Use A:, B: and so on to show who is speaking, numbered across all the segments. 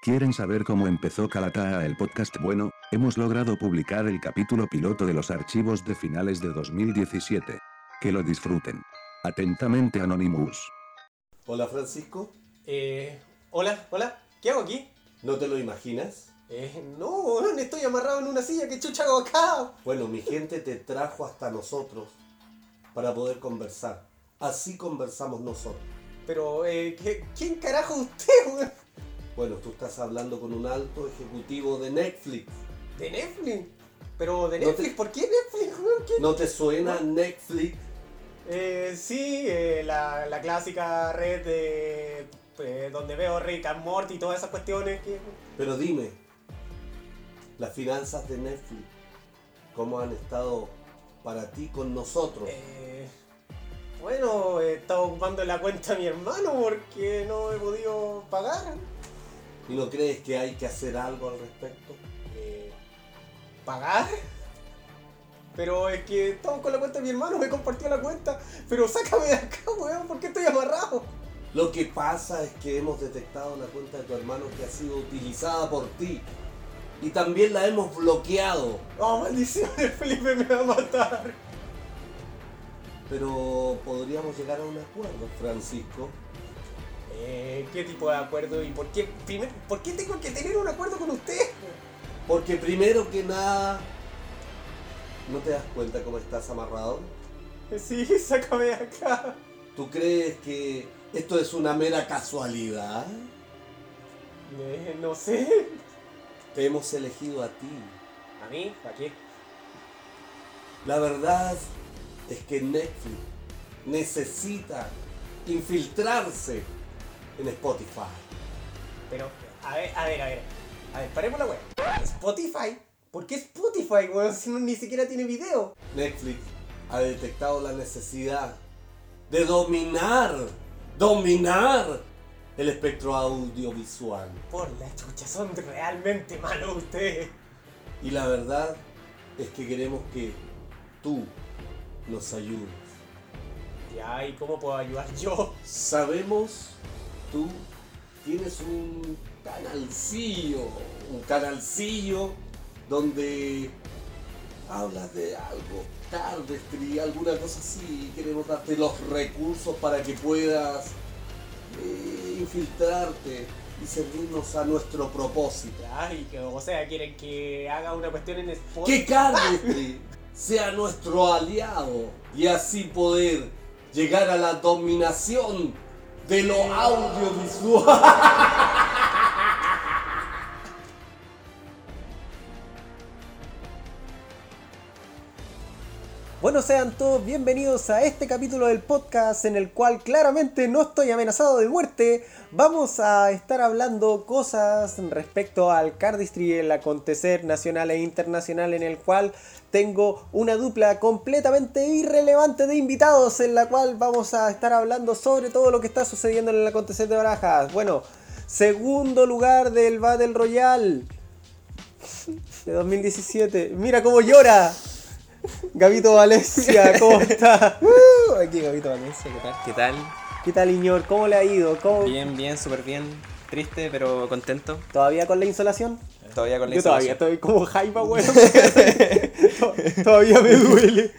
A: ¿Quieren saber cómo empezó Calataa el podcast? Bueno, hemos logrado publicar el capítulo piloto de los archivos de finales de 2017. Que lo disfruten. Atentamente Anonymous.
B: Hola Francisco,
C: Eh, hola, hola, ¿qué hago aquí?
B: ¿no te lo imaginas?
C: Eh, no, weón, estoy amarrado en una silla, ¿qué chucha hago acá?
B: Bueno, mi gente te trajo hasta nosotros para poder conversar. Así conversamos nosotros.
C: Pero, eh, ¿qué- ¿quién carajo es usted, weón?
B: Bueno, tú estás hablando con un alto ejecutivo de Netflix.
C: ¿De Netflix? Pero, ¿de
B: No te-
C: Netflix? ¿Por qué Netflix, weón? ¿Qué-
B: ¿No te suena Netflix?
C: Eh, sí, eh, la, la clásica red de... eh, donde veo Rick and Morty y todas esas cuestiones que...
B: Pero dime, las finanzas de Netflix, ¿cómo han estado para ti con nosotros?
C: Eh, bueno, he estado ocupando la cuenta de mi hermano porque no he podido pagar.
B: ¿Y no crees que hay que hacer algo al respecto?
C: eh, pagar. Pero es que estamos con la cuenta de mi hermano, me compartió la cuenta. Pero sácame de acá, weón, porque estoy amarrado.
B: Lo que pasa es que hemos detectado la cuenta de tu hermano que ha sido utilizada por ti. Y también la hemos bloqueado.
C: Oh, maldiciones, Felipe me va a matar.
B: Pero podríamos llegar a un acuerdo, Francisco.
C: Eh, ¿Qué tipo de acuerdo y por qué, primero, por qué tengo que tener un acuerdo con usted?
B: Porque primero que nada... ¿No te das cuenta cómo estás amarrado?
C: Eh, Sí, sácame de acá.
B: ¿Tú crees que esto es una mera casualidad?
C: Eh, no sé.
B: Te hemos elegido a ti.
C: ¿A mí? ¿A qué?
B: La verdad es que Netflix necesita infiltrarse en Spotify.
C: Pero, a ver, a ver, a ver. A ver, paremos la weón. Spotify. ¿Por qué Spotify, weón? Si no, ni siquiera tiene video.
B: Netflix ha detectado la necesidad de dominar, dominar el espectro audiovisual.
C: Por la chucha, son realmente malos ustedes.
B: Y la verdad es que queremos que tú nos ayudes.
C: Ya, ¿y cómo puedo ayudar yo?
B: Sabemos, tú tienes un canalcillo, un canalcillo donde hablas de algo, tal vez tri- alguna cosa así, y queremos darte los recursos para que puedas eh, infiltrarte y servirnos a nuestro propósito.
C: Ya, y que, o sea, quieren que haga una cuestión en
B: Que
C: Spotify.
B: Cardestry sea nuestro aliado y así poder llegar a la dominación de lo audiovisual.
C: Bueno, sean todos bienvenidos a este capítulo del podcast en el cual claramente no estoy amenazado de muerte. Vamos a estar hablando cosas respecto al Cardistry, el acontecer nacional e internacional en el cual tengo una dupla completamente irrelevante de invitados en la cual vamos a estar hablando sobre todo lo que está sucediendo en el acontecer de Barajas. Bueno, segundo lugar del Battle Royale de 2017. Mira cómo llora. Gabito Valencia, ¿cómo está? Uh, Aquí Gabito Valencia, ¿qué tal?
D: ¿Qué tal?
C: ¿Qué tal, Iñor? ¿Cómo le ha ido? ¿Cómo-
D: Bien, bien, súper bien. Triste, pero contento.
C: ¿Todavía con la insolación?
D: Todavía con la
C: Yo todavía
D: insolación.
C: estoy como jaiba, weón. To- todavía me duele.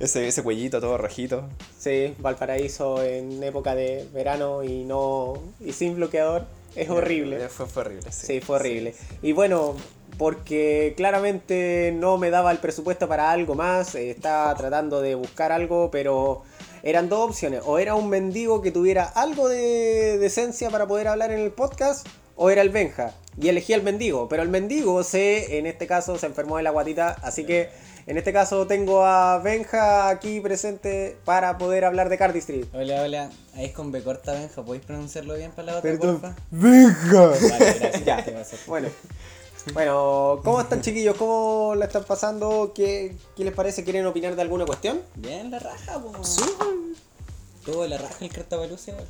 D: Ese, ese cuellito todo rojito.
C: Sí, Valparaíso en época de verano y no y sin bloqueador es horrible.
D: Fue, fue horrible, sí.
C: Sí, fue horrible. Y bueno, porque claramente no me daba el presupuesto para algo más, eh, estaba tratando de buscar algo, pero eran dos opciones. O era un mendigo que tuviera algo de decencia para poder hablar en el podcast, o era el Benja. Y elegí al mendigo, pero el mendigo se, en este caso, se enfermó de la guatita, así que en este caso tengo a Benja aquí presente para poder hablar de Cardi Street.
E: Hola, hola. Ahí es con B corta, Benja. ¿Podéis pronunciarlo bien para la otra, porfa?
C: Benja.
E: Vale, gracias.
C: Ya.
E: te paso.
C: Bueno. Bueno, ¿cómo están chiquillos? ¿Cómo la están pasando? ¿Qué, qué les parece? ¿Quieren opinar de alguna cuestión?
E: Bien la raja, po. Tuvo la raja el Cartabaluce, igual.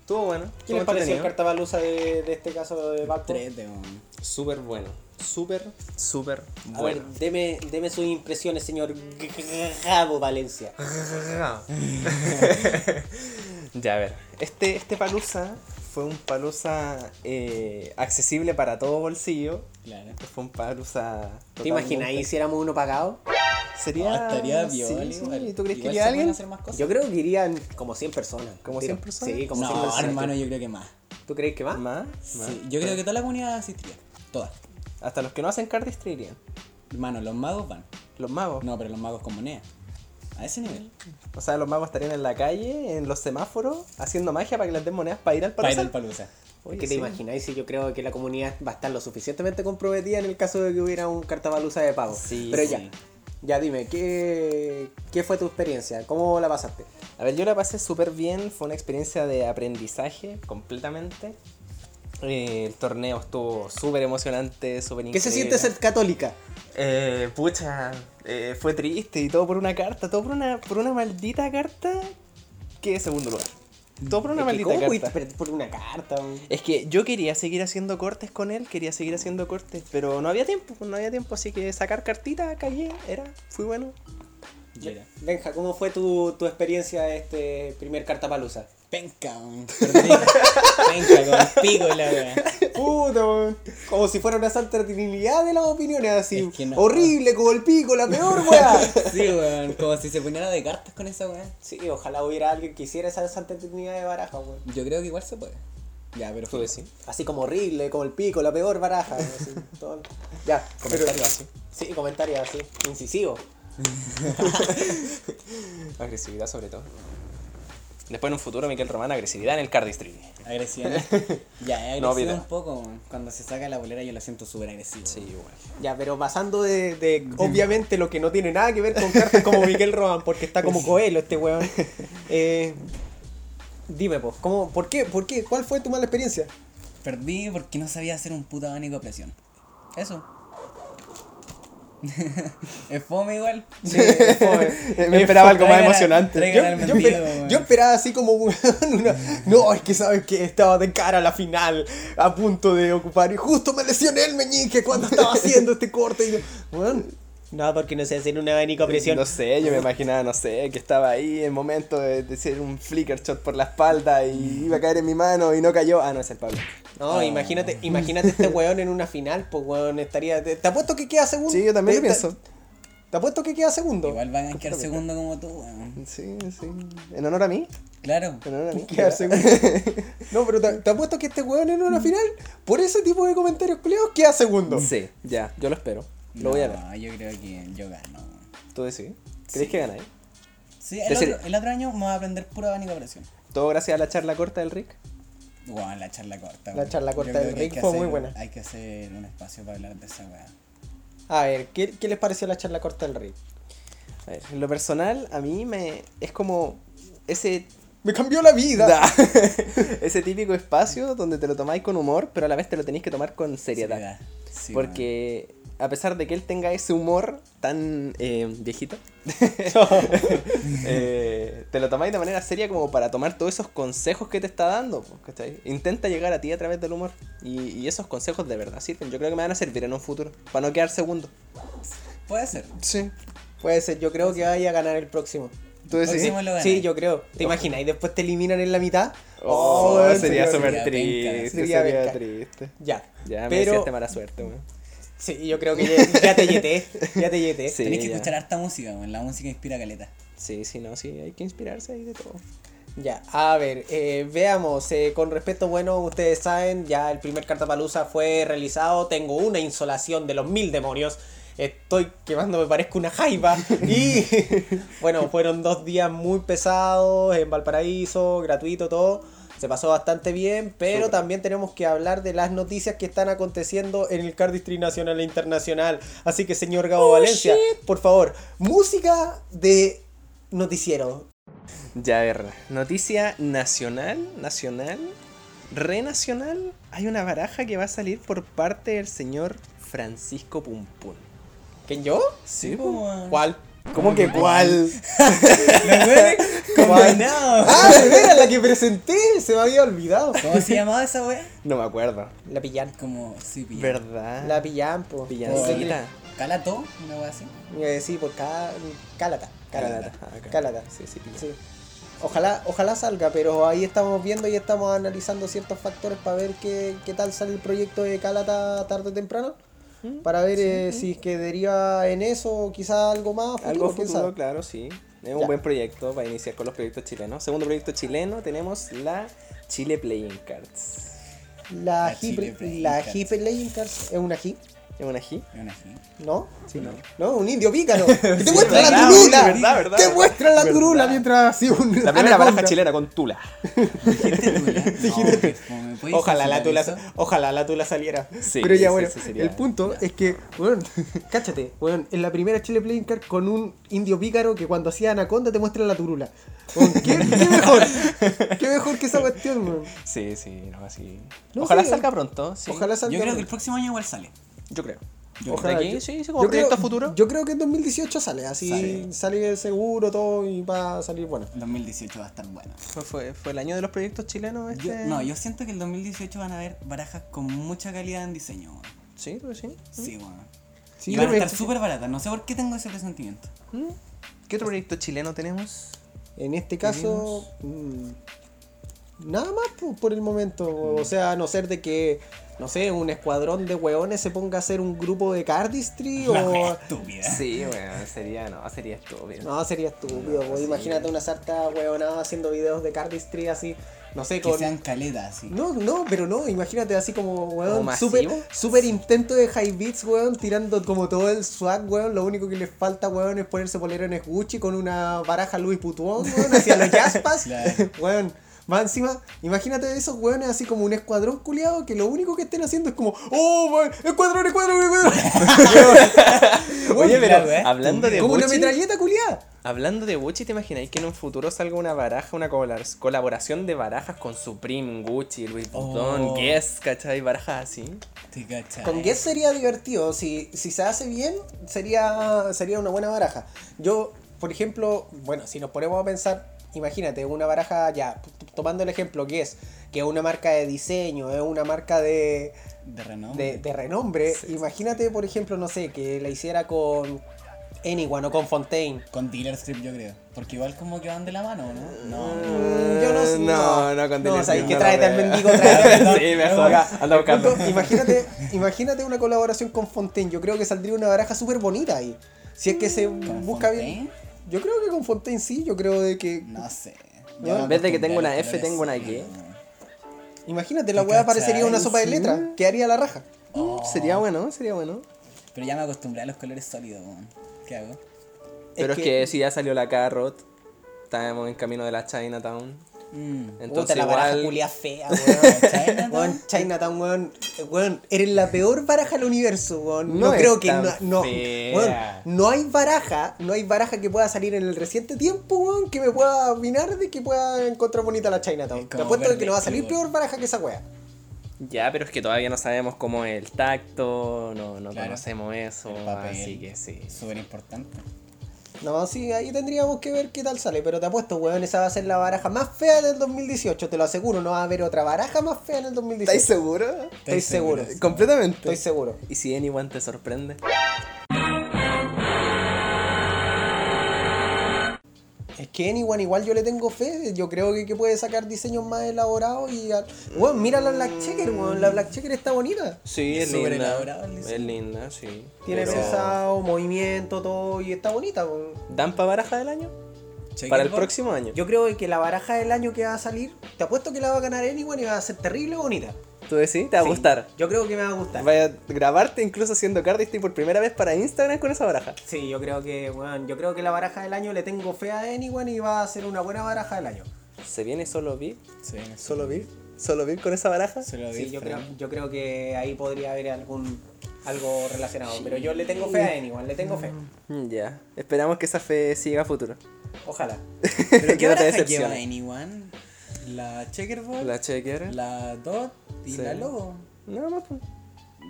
D: Estuvo bueno.
C: ¿Qué les pareció el cartabalusa de, de este caso de Backport?
E: Trete, weón.
D: Súper bueno. Súper, súper
C: A ver,
D: bueno.
C: deme, deme sus impresiones, señor Gabo Valencia.
D: Ah. ya, a ver. Este, este palusa fue un palusa eh, accesible para todo bolsillo. Este
E: Claro.
D: Fue un palusa.
C: ¿Te imaginas ahí hiciéramos uno pagado?
D: Sería.
E: Ah, estaría
D: sí,
E: viola
D: sí,
E: igual.
D: ¿Tú crees que iría
E: Igual se pueden
D: alguien?
E: hacer más cosas.
C: Yo creo que irían como 100 personas.
D: ¿Como
C: Tiro.
D: 100 personas?
C: Sí, como 100
E: No,
C: personas.
E: hermano, yo creo que más.
C: ¿Tú crees que va?
D: ¿Más? ¿Más?
E: Sí, yo creo que toda la comunidad asistiría. Toda.
D: Hasta los que no hacen cardistry irían.
E: Hermano, los magos van.
D: Los magos.
E: No, pero los magos con moneda. A ese nivel.
D: O sea, los magos estarían en la calle, en los semáforos, haciendo magia para que les den monedas para ir al
E: Para ir
D: palusa.
E: al palusa.
D: Oye,
C: ¿Qué te
D: sí.
C: imagináis si yo creo que la comunidad va a estar lo suficientemente comprometida en el caso de que hubiera un cartabaluza de pago?
D: Sí,
C: Pero
E: sí.
C: ya, ya dime, ¿qué, ¿qué fue tu experiencia? ¿Cómo la pasaste?
D: A ver, yo la pasé súper bien, fue una experiencia de aprendizaje completamente. Eh, el torneo estuvo súper emocionante, súper
C: ¿Qué se siente ser católica?
D: Eh, pucha, eh, fue triste y todo por una carta, todo por una, por una maldita carta que es segundo lugar. Todo por una
C: Es que
D: maldita
C: ¿Cómo pudiste
D: carta.
C: perder por una carta? weón?
D: Es que yo quería seguir haciendo cortes con él, quería seguir haciendo cortes, pero no había tiempo, pues, no había tiempo, así que sacar cartita, callé, era, fui bueno.
E: Y era.
C: Benja, ¿cómo fue tu, tu experiencia de este primer cartapaluza?
E: Penca, weón. Perdí. Penca con pico y la wea.
C: Puta, weón. Como si fuera una santa trinidad de las opiniones, así.
E: Es que no.
C: Horrible, como el pico, la peor, weá.
E: Sí, weón. Como si se pusiera de cartas con esa weá.
C: Sí, ojalá hubiera alguien que hiciera esa santa trinidad de baraja, weón.
E: Yo creo que igual se puede. Ya, pero fue sí.
C: Así como horrible, como el pico, la peor baraja. así, todo. Ya,
D: Comentario
C: pero-
D: así.
C: Sí, comentario así, incisivo.
D: Agresividad sobre todo. Después en un futuro, Miquel Román, agresividad en el cardistry.
E: Agresivo. Ya, es
D: No,
E: agresivo
D: mira.
E: un poco, weón. Cuando se saca la bolera yo la siento súper agresivo.
D: Sí, igual.
C: Ya, pero pasando de, de, obviamente lo que no tiene nada que ver con cartas como Miguel Rohan, porque está como coelo este weón. Eh, dime, pues, ¿cómo, ¿por qué? ¿Por qué? ¿Cuál fue tu mala experiencia?
E: Perdí porque no sabía hacer un puto abanico a presión. Eso. es fome igual.
C: Eh,
D: Me esperaba algo más
E: Traigan a-
D: emocionante.
E: traigan
C: Yo,
E: al
C: yo
E: mendigo,
C: esper-
E: weón.
C: yo esperaba así como una, una- No, es que sabes que estaba de cara a la final, a punto de ocupar. Y justo me lesioné el meñique cuando estaba haciendo este corte. Y yo, bueno, no, porque no sé hacer un abanico a presión.
D: No sé, yo me imaginaba, no sé, que estaba ahí en momento de, de hacer un flicker shot por la espalda y iba a caer en mi mano y no cayó. Ah, no, es el Pablo.
C: No, imagínate, imagínate este weón en una final, pues weón estaría. Te, te apuesto que queda segundo.
D: Sí, yo también lo
C: Te- te-
D: pienso.
C: Te apuesto que queda segundo.
E: Igual van a quedar segundo como tú, weón.
D: Sí, sí. En honor a mí.
E: Claro.
D: En honor a mí.
C: Queda segundo. No, pero te, te apuesto que este weón en
D: Mm.
C: una final, por ese tipo de comentarios culiados, queda segundo.
D: Sí, ya, yo lo espero. Lo voy a ver.
E: No, yo creo que yo gano, weón.
D: Tú decidí. ¿Crees que eh? ganáis?
E: Sí, el
D: Te sirve.
E: otro, el otro año vamos a aprender puro abanico a presión.
D: Todo gracias a la charla corta del Rick.
E: Weón, la charla corta.
C: La
E: weón.
C: charla
E: Yo
C: corta
E: creo
C: del
E: que hay
C: Rick
E: que
C: fue muy
E: hacer-
C: buena.
E: Hay que hacer un espacio para hablar de esa weá.
C: A ver, ¿qué, qué les pareció la charla corta del rey?
D: A ver, en lo personal, a mí me. Es como. Ese.
C: Me cambió la vida.
D: ese típico espacio donde te lo tomáis con humor, pero a la vez te lo tenéis que tomar con seriedad.
E: Sí, weón.
D: porque a pesar de que él tenga ese humor tan eh, viejito, eh, te lo tomáis de manera seria como para tomar todos esos consejos que te está dando. po, ¿cachai? Intenta llegar a ti a través del humor. Y, y esos consejos de verdad sirven. Yo creo que me van a servir en un futuro. Para no quedar segundo.
E: Puede ser.
D: Sí.
C: Puede ser, yo creo que vaya a ganar el próximo.
D: ¿Tú decís?
E: Próximo lo gana.
C: Sí, yo creo. ¿Te imaginas? Y después te eliminan en la mitad.
D: Oh,
C: weón,
D: sería
E: sería
D: súper
E: penca,
D: triste.
C: sería
D: Sería,
C: penca.
D: triste.
C: Ya. este
D: Ya, me
C: pero.
D: deseaste mala suerte, weón.
C: Sí, yo creo que ya, ya te yeté. Ya te yeté.
D: Sí,
E: Tenéis que
D: ya.
E: escuchar harta música, weón. La música inspira caleta.
D: Sí, sí, no, sí, hay que inspirarse ahí de todo.
C: Ya, a ver, eh, veamos, eh, con respecto, bueno, ustedes saben, ya el primer Cartapaluza fue realizado, tengo una insolación de los mil demonios, estoy quemando, me parezco una jaiba, y bueno, fueron dos días muy pesados en Valparaíso, gratuito, todo, se pasó bastante bien, pero
D: Súper.
C: también tenemos que hablar de las noticias que están aconteciendo en el Cardistry Nacional e Internacional, así que señor Gabo Valencia, por favor, música de noticiero,
D: Ya, a ver, noticia nacional, nacional, renacional. Hay una baraja que va a salir por parte del señor Francisco Pum Pum.
C: ¿quién yo?
D: Sí,
E: po, weón.
C: ¿Cuál?
D: ¿Cómo que cuál?
E: Los weones combinados.
C: Ah, de veras, la que presenté, se me había olvidado.
E: ¿Cómo se llamaba esa weá?
D: No me acuerdo.
C: La pillan.
E: Como, sí, pilla.
D: ¿Verdad?
F: Ah.
C: La pillan, po.
D: pillancita.
E: Calato, una weá así.
C: Eh, sí, por cada. Cálata. Cálata.
D: Ah, acá.
C: Cálata.
D: Sí, sí, pilla.
C: Sí.
F: Ojalá, ojalá salga, pero ahí estamos viendo y estamos analizando ciertos factores para ver qué, qué tal sale el proyecto de Calata tarde o temprano.
D: ¿Mm?
F: Para ver eh, si es que deriva en eso o quizá algo más. a futuro,
D: Algo
F: quién
D: futuro,
F: sabe.
D: claro, sí. Es un
F: Ya.
D: buen proyecto para iniciar con los proyectos chilenos. Segundo proyecto chileno, tenemos la Chile Playing Cards.
F: La,
E: La Chile
F: Hyper-
E: Playing
F: la
E: Cards.
F: Hyper Legend Cards es una G,
D: ¿Es una G?
E: Es una G.
F: ¿no?
E: Sí, no.
F: No, un indio pícaro. Que te muestra
D: verdad,
F: la turula.
D: verdad, verdad, verdad.
F: te muestra la
D: Verdad.
F: turula mientras así un.
D: La primera baraja
F: anaconda.
D: chilena con Tula.
F: Ojalá la tula, ojalá la tula saliera.
D: Sí,
F: Pero ya
D: sí,
F: bueno,
D: sí, sería-
F: el punto es que, weón, cáchate, weón, en la primera Chile Playing Card con un indio pícaro que cuando hacía Anaconda te muestra la turula. Weón, ¿Qué, qué mejor? ¿Qué mejor que esa cuestión, weón?
D: Sí, sí, no, así.
F: No,
D: Ojalá
F: sí,
D: salga pronto, sí.
F: Ojalá salga.
E: Yo creo que el
F: weón.
E: próximo año igual sale.
D: Yo creo.
E: Yo
D: Ojalá.
E: creo.
D: aquí,
E: Yo-
D: sí, sí, como
F: Yo
D: proyecto
F: creo-
D: futuro.
F: Yo creo que en 2018 sale, así
E: Sale.
F: sale, seguro todo y va a salir bueno.
E: 2018 va a estar bueno.
D: Fue- Fue, fue el año de los proyectos chilenos este.
E: Yo- no, yo siento que el 2018 van a haber barajas con mucha calidad en diseño. weón.
D: Sí, creo que sí.
E: Sí, bueno.
F: Sí,
E: y
F: yo
E: van a
F: creo que-
E: estar súper baratas. No sé por qué tengo ese presentimiento.
D: ¿Mm? ¿Qué otro proyecto chileno tenemos?
F: En este caso, mm, nada más po- por el momento. O sea, a no ser de que, no sé, un escuadrón de hueones se ponga a hacer un grupo de cardistry
E: La wea
F: o...
E: estúpida.
D: Sí, bueno, sería, no, sería estúpido.
F: No, sería estúpido. po. Imagínate una sarta hueonada haciendo videos de cardistry así, no sé,
E: Que
F: con...
E: sean caletas, así.
F: No, no, pero no, imagínate así como, weón,
D: ¿Como
F: super,
D: masivo?
F: super intento de high beats, weón, tirando como todo el swag, weón, lo único que les falta, weón, es ponerse polerones Gucci con una baraja Louis Vuitton, weón, hacia los jaspas,
E: Claro.
F: weón. Más encima, imagínate esos weones así como un escuadrón culiado que lo único que estén haciendo es como, oh, weón, escuadrón, escuadrón, escuadrón. Weón,
D: Oye, pero
E: la wea
D: hablando de
F: como una
D: Gucci-
F: metralleta culiada.
D: Hablando de Gucci, ¿te imagináis que en un futuro salga una baraja, una colar- colaboración de barajas con Supreme, Gucci, Louis Vuitton,
E: Oh.
D: Guess, ¿cachai? Barajas así.
E: Te cachai.
F: Con Guess sería divertido, si, si se hace bien, sería, sería una buena baraja. Yo, por ejemplo, bueno, si nos ponemos a pensar, imagínate, una baraja ya, t- tomando el ejemplo Guess, que es una marca de diseño, es una marca de,
E: De renombre.
F: de, de renombre, imagínate, por ejemplo, no sé, que la hiciera con Anyone o con Fontaine.
E: Con Dealer Script, yo creo. Porque igual como que van de la mano, ¿no? No.
F: Mm, Yo no sé.
D: no, no, con
F: No,
D: Dealer
F: sabes
D: Script
F: que
D: no
F: tráete
D: lo
F: al
D: veo.
F: mendigo, tráete al
D: sí, mejor. Anda buscando.
F: Punto, imagínate, imagínate una colaboración con Fontaine. Yo creo que saldría una baraja súper bonita ahí. Si es que se
E: ¿Con
F: busca bien.
E: Fontaine?
F: Yo creo que con Fontaine sí, yo creo de que.
E: No sé.
F: Yo, en
D: vez de que tengo una
E: Acostumbré a los
D: F, tengo una
E: colores,
D: Y.
E: sí, weón.
F: Imagínate, la
E: ¿Te
F: weá
E: cachai?
F: parecería una sopa de
E: Sí.
F: letras. Quedaría la raja.
E: Oh.
D: Sería bueno, sería bueno.
E: Pero ya me acostumbré a los colores sólidos, weón. ¿Qué hago?
D: Pero es que,
F: que-
D: si ya salió la Carrot, estamos en camino de la Chinatown.
E: Mm.
F: Puta,
D: Entonces
F: la baraja
D: igual...
F: culia fea, weón.
E: Chinatown.
F: Weón, Chinatown, weón, Eh, weón, eres la peor baraja del universo, weón. No,
D: No es
F: creo que
D: tan
F: no, no,
D: fea.
F: weón, no hay baraja, no hay baraja que pueda salir en el reciente tiempo, weón, que me pueda opinar de que pueda encontrar bonita la Chinatown.
E: Es
F: Te
E: como
F: apuesto de que
E: verde
F: no va a salir
E: fluor.
F: peor baraja que esa wea.
D: Ya, pero es que todavía no sabemos cómo es el tacto, no, no
E: Claro.
D: conocemos eso,
E: El papel.
D: así que sí.
E: Súper importante.
F: No, sí, ahí tendríamos que ver qué tal sale, pero te apuesto, weón, esa va a ser la baraja más fea del 2018, te lo aseguro, no va a haber otra baraja más fea en el 2018. Estoy,
D: seguro?
E: ¿Estáis
F: seguro,
E: seguros?
D: Completamente.
F: estoy seguro.
D: ¿Y si Anyone te sorprende?
F: Es que Anyone igual yo le tengo fe, yo creo que, que puede sacar diseños más elaborados y... a- Weón, mira la Black Checker, weón, la Black Checker está bonita.
D: Sí,
E: Es
D: es
E: súper
D: linda.
E: elaborado el diseño.
D: Es linda, sí.
F: Tiene
D: Pero-
F: pensado, movimiento, todo, y está bonita. weón.
D: ¿Dan para baraja del año? Para el próximo año.
F: Yo creo que la baraja del año que va a salir, te apuesto que la va a ganar Anyone y va a ser terrible bonita.
D: ¿Tú decís? Te va a
F: Sí,
D: gustar.
F: Yo creo que me va a gustar.
D: Vaya a grabarte incluso haciendo cardistry por primera vez para Instagram con esa baraja.
F: Sí, yo creo que, weón, yo creo que la baraja del año le tengo fe a Anyone y va a ser una buena baraja del año.
D: ¿Se viene solo VIP?
E: Sí, solo
D: ¿Solo VIP? ¿Solo VIP con esa baraja?
E: lo
F: Sí,
E: vi.
F: yo creo, yo creo que ahí podría haber algún algo relacionado, pero yo le tengo fe a Anyone, le tengo fe.
D: Mm, Ya. Esperamos que esa fe siga a futuro.
F: Ojalá.
E: ¿Pero
D: Que
E: qué
D: no te
E: baraja lleva
D: decepcione.
E: Anyone? La Checkerboard,
D: La
E: la,
D: chequera.
E: Dot y
D: Sí.
E: la Logo.
D: Nada más. pues.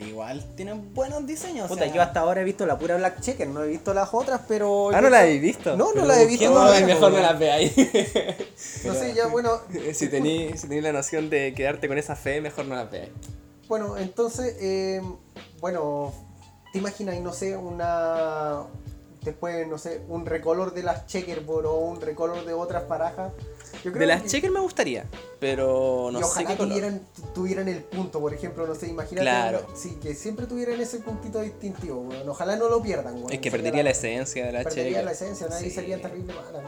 E: Igual tienen buenos diseños.
F: Puta,
E: o sea,
F: yo hasta ahora he visto la pura Black Checker, no he visto las otras, pero.
D: Ah,
F: yo
D: ¿no la
F: creo-
D: he visto?
F: No, no
D: Pero
F: la he visto.
D: busquemos,
F: no,
D: mejor me
F: no.
D: las ve ahí.
F: No sé, ya bueno.
D: si tenéis si tení la noción de quedarte con esa fe, mejor no las veáis.
F: Bueno, entonces, eh, bueno, ¿te imaginas, no sé, una.
C: después, no sé, un recolor de las checkerboard o un recolor de otras barajas. Yo creo
D: De las
C: que-
D: checkers me gustaría, pero no
C: y
D: sé
C: ojalá
D: qué color.
C: tuvieran, tuvieran el punto, por ejemplo, no sé, imagínate.
D: Claro.
C: Sí, que siempre tuvieran ese puntito distintivo, weón. Ojalá no lo pierdan, weón.
D: Es que
C: Sería
D: perdería la
C: lata.
D: esencia de la
C: Perdería
D: checker.
C: la esencia, nadie
D: Sí.
C: sería terrible mala.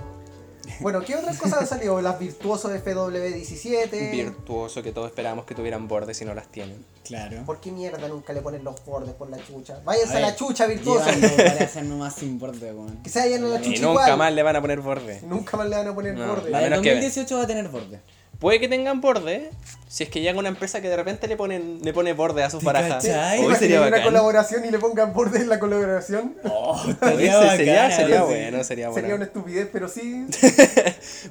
C: Bueno, ¿qué otras cosas han salido? Las virtuosos de FW17.
D: Virtuoso que todos esperábamos que tuvieran bordes y no las tienen.
E: Claro.
C: ¿Por qué mierda nunca le ponen los bordes por la chucha? Váyanse a,
E: A ver,
C: la chucha, virtuoso.
E: Llevan dos barajas nomás sin borde, weón.
C: Que se vayan a la
D: Y
C: chucha
D: nunca
C: igual.
D: más le van a poner borde.
C: Nunca más le van a poner
D: No.
C: borde.
E: La del
D: menos que-
E: 2018 va a tener borde.
D: Puede que tengan borde, si es que llega una empresa que de repente le ponen le pone borde a sus
E: ¿Te
D: barajas.
E: cachai?
D: Hoy
C: Imagínate
D: sería
C: una
D: bacán.
C: colaboración y le pongan borde en la colaboración.
D: Hoy
E: Estaría
D: se- sería,
E: bacán,
D: sería
E: sí.
D: bueno, sería bueno.
C: Sería una estupidez, pero sí.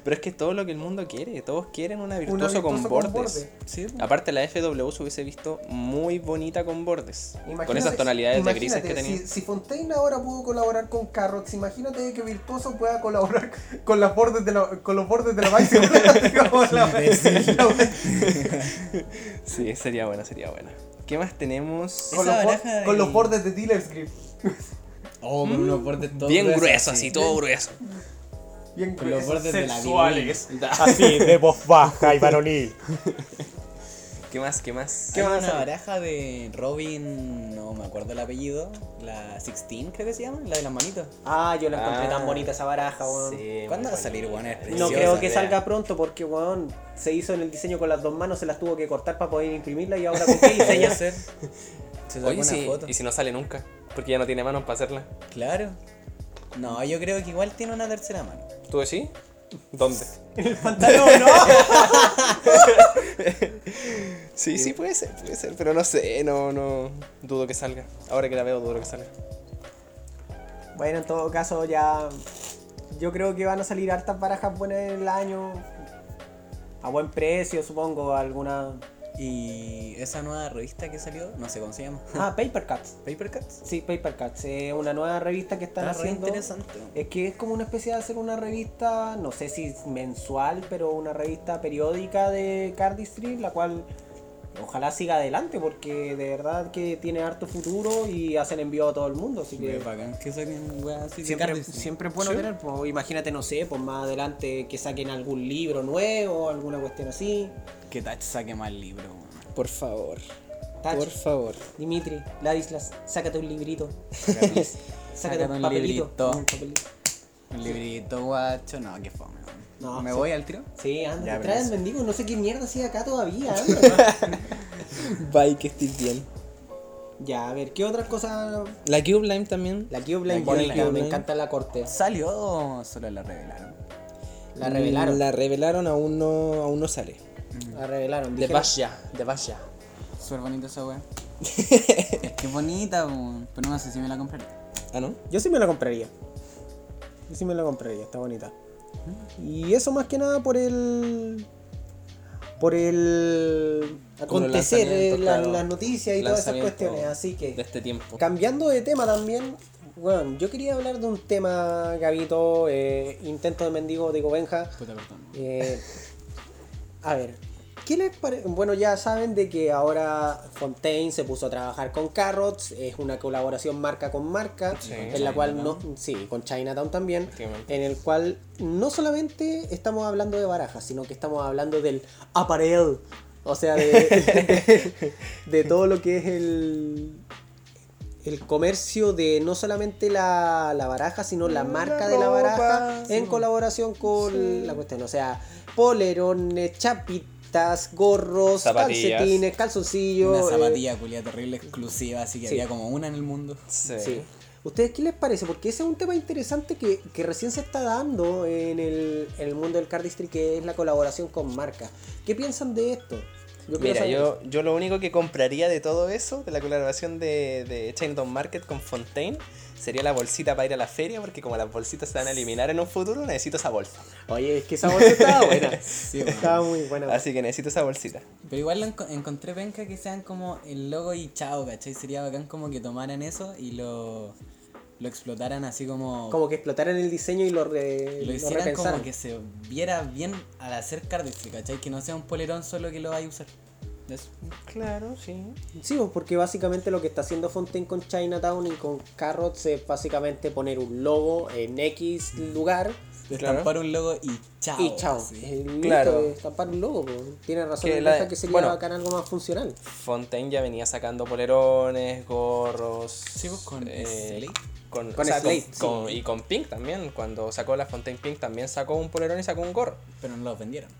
D: Pero es que todo lo que el mundo quiere, todos quieren una virtuoso,
C: Una virtuoso
D: con
C: con
D: bordes.
C: borde.
E: Sí.
D: Aparte la FW se hubiese visto muy bonita con bordes. con
C: Imagínate-
D: esas tonalidades de grises
C: imagínate,
D: que tenía.
C: Si, si Fontaine ahora pudo colaborar con Carrots, imagínate que Virtuoso pueda colaborar con, las bordes de la- con los bordes de la bicicleta. digamos, la-
E: Imbécil.
C: la-
D: Sí, sería buena, sería buena. ¿Qué más tenemos?
C: con, los,
E: Esa
C: bor-
E: baraja
C: con los
E: y-
C: bordes de Dealer's Grip.
E: Oh, con unos bordes todos
D: Bien
E: gruesos,
D: grueso,
E: sí.
D: así, todo grueso.
C: Bien
E: Con los
C: gruesos.
E: bordes de la
G: Sexuales.
C: Ah,
G: Así, de voz baja y varonil.
D: ¿Qué más? ¿Qué más?
E: ¿Qué
C: ¿Qué
E: Hay
C: van a
E: una
C: hacer?
E: baraja de Robin, no me acuerdo el apellido, la 16 creo que se llama, la de las manitos.
C: Ah, yo
D: la encontré tan bonita
C: esa baraja,
D: Sí,
E: ¿Cuándo
D: muy
E: va a salir,
D: bonita,
E: weón? Es
D: preciosa.
E: No creo que
D: idea.
C: pronto porque, weón, se hizo en el diseño con las dos manos, se las tuvo que cortar para poder imprimirla y ahora con qué
E: Podría ser. Se sacó
D: Oye,
E: una
D: sí,
E: foto.
D: y si no sale nunca, porque ya no tiene manos para hacerla.
E: Claro. No, yo creo que igual tiene una tercera mano.
D: ¿Tú decís? ¿Dónde?
C: pantalón, ¿no?
D: Sí, sí, puede ser, puede ser, pero no sé, no, no, dudo que salga. Ahora que la veo, dudo que salga.
C: Bueno, en todo caso, ya. Yo creo que van a salir hartas barajas buenas en el año. A buen precio, supongo. Alguna.
E: Y esa nueva revista que salió, no sé cómo se llama.
C: Ah, Paper Cuts.
E: Paper Cuts.
C: Sí, Paper Cuts. Es una nueva revista que están
E: Está re
C: haciendo.
E: interesante.
C: Es que es como una especie de hacer una revista, no sé si mensual, pero una revista periódica de Cardistry, la cual ojalá siga adelante porque de verdad que tiene harto futuro y hacen envío a todo el mundo. Así que
E: Es bacán que saquen weas así de
C: Siempre,
E: Cardistry.
C: siempre es bueno tener, pues, imagínate, no sé, pues más adelante que saquen algún libro nuevo, alguna cuestión así.
E: Que Touch saque más libros, weón.
D: Por favor,
C: Tacho,
D: favor.
C: Dimitri, Ladislas, sácate un librito.
E: Sácate-
C: Sácate un
E: un
C: papelito.
E: librito.
C: un papelito.
E: Un librito guacho, no, qué fome, weón.
C: No,
E: ¿Me
C: sí.
E: voy al tiro?
C: Sí, anda,
E: Ya,
C: te
E: pero
C: traen
E: eso.
C: mendigo, no sé qué mierda sigue acá todavía. anda.
D: Bye, que estés bien.
C: ya, a ver, ¿qué otras cosas?
D: La Cube Lime también.
C: La Cube Line
E: La
C: bonita,
E: Cube
C: me
D: Line.
C: encanta la corte.
E: ¿Salió o solo la revelaron?
C: La revelaron. La,
D: La revelaron, aún no, aún no sale.
C: revelaron.
D: De
C: dijeron-
D: Basha, de Basha.
E: Súper bonita esa wea. es que es bonita, weón, pero no sé si me la compraré.
D: Ah, ¿no?
C: Yo sí me la compraría. Yo sí me la compraría, está bonita. Y eso más que nada por el. por el.
D: Como los
C: acontecer eh,
D: lanzamientos,
C: la-
D: claro.
C: las noticias y todas esas
D: Lanzamiento
C: cuestiones. Así que.
D: De este tiempo.
C: Cambiando de tema también, bueno, yo quería hablar de un tema, Gabito, eh, intento de mendigo de Benja.
E: Puta, perdón.
C: Eh, a ver, ¿qué les parece? Bueno, ya saben de que ahora Fontaine se puso a trabajar con Carrots, es una colaboración marca con marca,
D: Sí.
C: en la cual no, sí, con Chinatown también,
D: Efectivamente.
C: en el cual no solamente estamos hablando de barajas, sino que estamos hablando del aparel, o sea, de, de- de todo lo que es el... El comercio de no solamente la, la baraja, sino la marca de la baraja en colaboración con la cuestión. O sea, polerones, chapitas, gorros,
D: Zapatillas.
C: calcetines, calzoncillos.
E: Una
C: eh,
E: zapatilla culia terrible exclusiva, así que
C: sí.
E: había como una en el mundo.
D: Sí.
C: sí. ¿Ustedes qué les parece? Porque ese es un tema interesante que, que recién se está dando en el, en el mundo del cardistry, que es la colaboración con marcas. ¿Qué piensan de esto? Yo quiero
D: Mira,
C: saber.
D: yo, yo lo único que compraría de todo eso, de la colaboración de, de Chinatown Market con Fontaine, sería la bolsita para ir a la feria, porque como las bolsitas se van a eliminar en un futuro, necesito esa bolsa.
C: Oye, es que esa bolsa estaba buena.
E: Sí, weón.
C: estaba muy buena.
D: Así que necesito esa bolsita.
E: Pero igual la enco- encontré penca que sean como el logo y chao, ¿cachai? Sería bacán como que tomaran eso y lo, lo explotaran así como...
C: Como que explotaran el diseño y lo, re-
E: lo
C: lo
E: hicieran
C: repensaron.
E: como que se viera bien al hacer cardistry, ¿cachai? Que no sea un polerón solo que lo vaya a usar. Eso.
D: Claro, sí.
C: Sí, pues, porque básicamente lo que está haciendo Fontaine con Chinatown y con Carrots es básicamente poner un logo en X lugar
E: Destampar un logo y chao.
C: y chao.
E: así.
D: Ah, oh, Claro.
C: Claro. Tapar un logo, pues. Tiene razón
D: Que
C: que,
D: la-
C: que sería
D: bueno.
C: bacán algo más funcional.
D: Fontaine ya venía sacando polerones, gorros.
E: Sí, pues, con
D: Eh,
E: Slate.
D: Con,
C: Con
D: o sea, con-
C: Slate, sí.
D: con- Y con Pink también. Cuando sacó la Fontaine Pink también sacó un polerón y sacó un gorro.
E: Pero no los vendieron.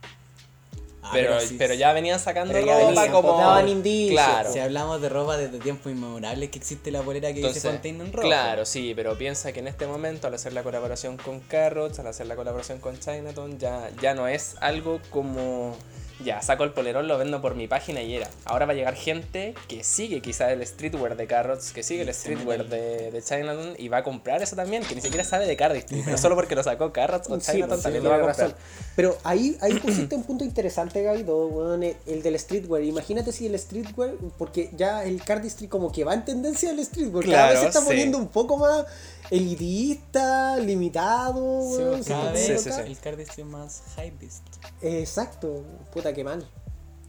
E: Ah,
D: pero, pero,
E: sí,
D: ya venían sacando
C: Pero ya
D: ropa
C: venían,
D: como.
C: pues, daban indicios,
D: Claro.
E: Si hablamos de ropa desde tiempos inmemorables que existe la polera que
D: Entonces,
E: dice Fontaine en rojo.
D: Claro, sí, pero piensa que en este momento, al hacer la colaboración con Carrots, al hacer la colaboración con Chinatown, ya, ya no es algo como. Ya, saco el polerón, lo vendo por mi página y era. Ahora va a llegar gente que sigue quizá el streetwear de Carrots, que sigue el streetwear de, de Chinatown y va a comprar eso también, que ni siquiera sabe de Cardistry, pero solo porque lo sacó Carrots o
C: Sí,
D: Chinatown
C: pues,
D: también
C: sí,
D: lo va a
C: tiene
D: comprar.
C: razón. Pero ahí, ahí pusiste un punto interesante, Gaito, weón, el, el del streetwear. Imagínate si el streetwear, porque ya el cardistry como que va en tendencia al streetwear. cada
D: Claro,
C: vez se está
D: sí.
C: poniendo un poco más elitista, limitado,
E: Sí,
C: weón,
E: pues,
C: se está
E: cada
D: sí,
E: vez
C: poniendo
D: sí,
C: acá.
D: sí.
E: el Cardiff es más hypebeast.
C: Exacto, puta que mal.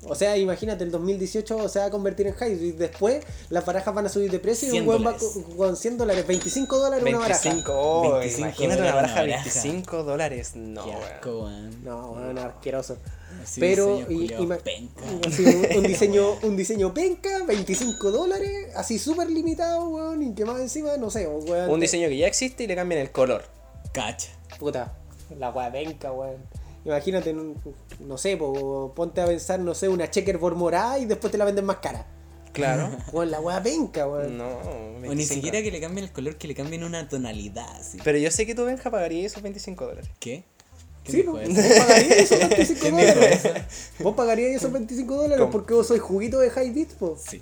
C: O sea, imagínate, el 2018 se va a convertir en high y después las barajas van a subir de precio y
E: 100
C: un weón va
E: dólares.
C: con, con 100 dólares, 25 dólares una baraja.
D: 25, oh,
E: 25
D: imagínate una
E: dólares
D: baraja de
E: una baraja.
D: 25 dólares, no,
E: Qué
D: weón.
E: asco, weón.
C: No, weón, arqueroso.
E: Así
C: pero
E: diseño
C: y-
E: culiao
C: ima-
E: penca.
C: Sí, un, un diseño un diseño penca 25 dólares así súper limitado weón y que más encima no sé weón
D: Un diseño que ya existe y le cambian el color.
E: Cacha.
C: puta la weá penca weón imagínate en un- no sé po, ponte a pensar no sé una checkerboard morada y después te la venden más cara
D: Claro.
C: weón la weá penca weón
D: No,
E: O ni
D: 25.
E: siquiera que le cambien el color, que le cambien una tonalidad. Así.
D: Pero yo sé que tú, Benja, pagarías esos 25 dólares.
E: ¿Qué? ¿Qué
C: Sí, pues. po,
E: dijo eso?
C: vos pagarías esos 25 dólares. Vos pagarías esos
E: ¿Quién dijo
C: 25 dólares
D: ¿Cómo?
C: porque vos sois juguito de high beat, po.
E: Sí.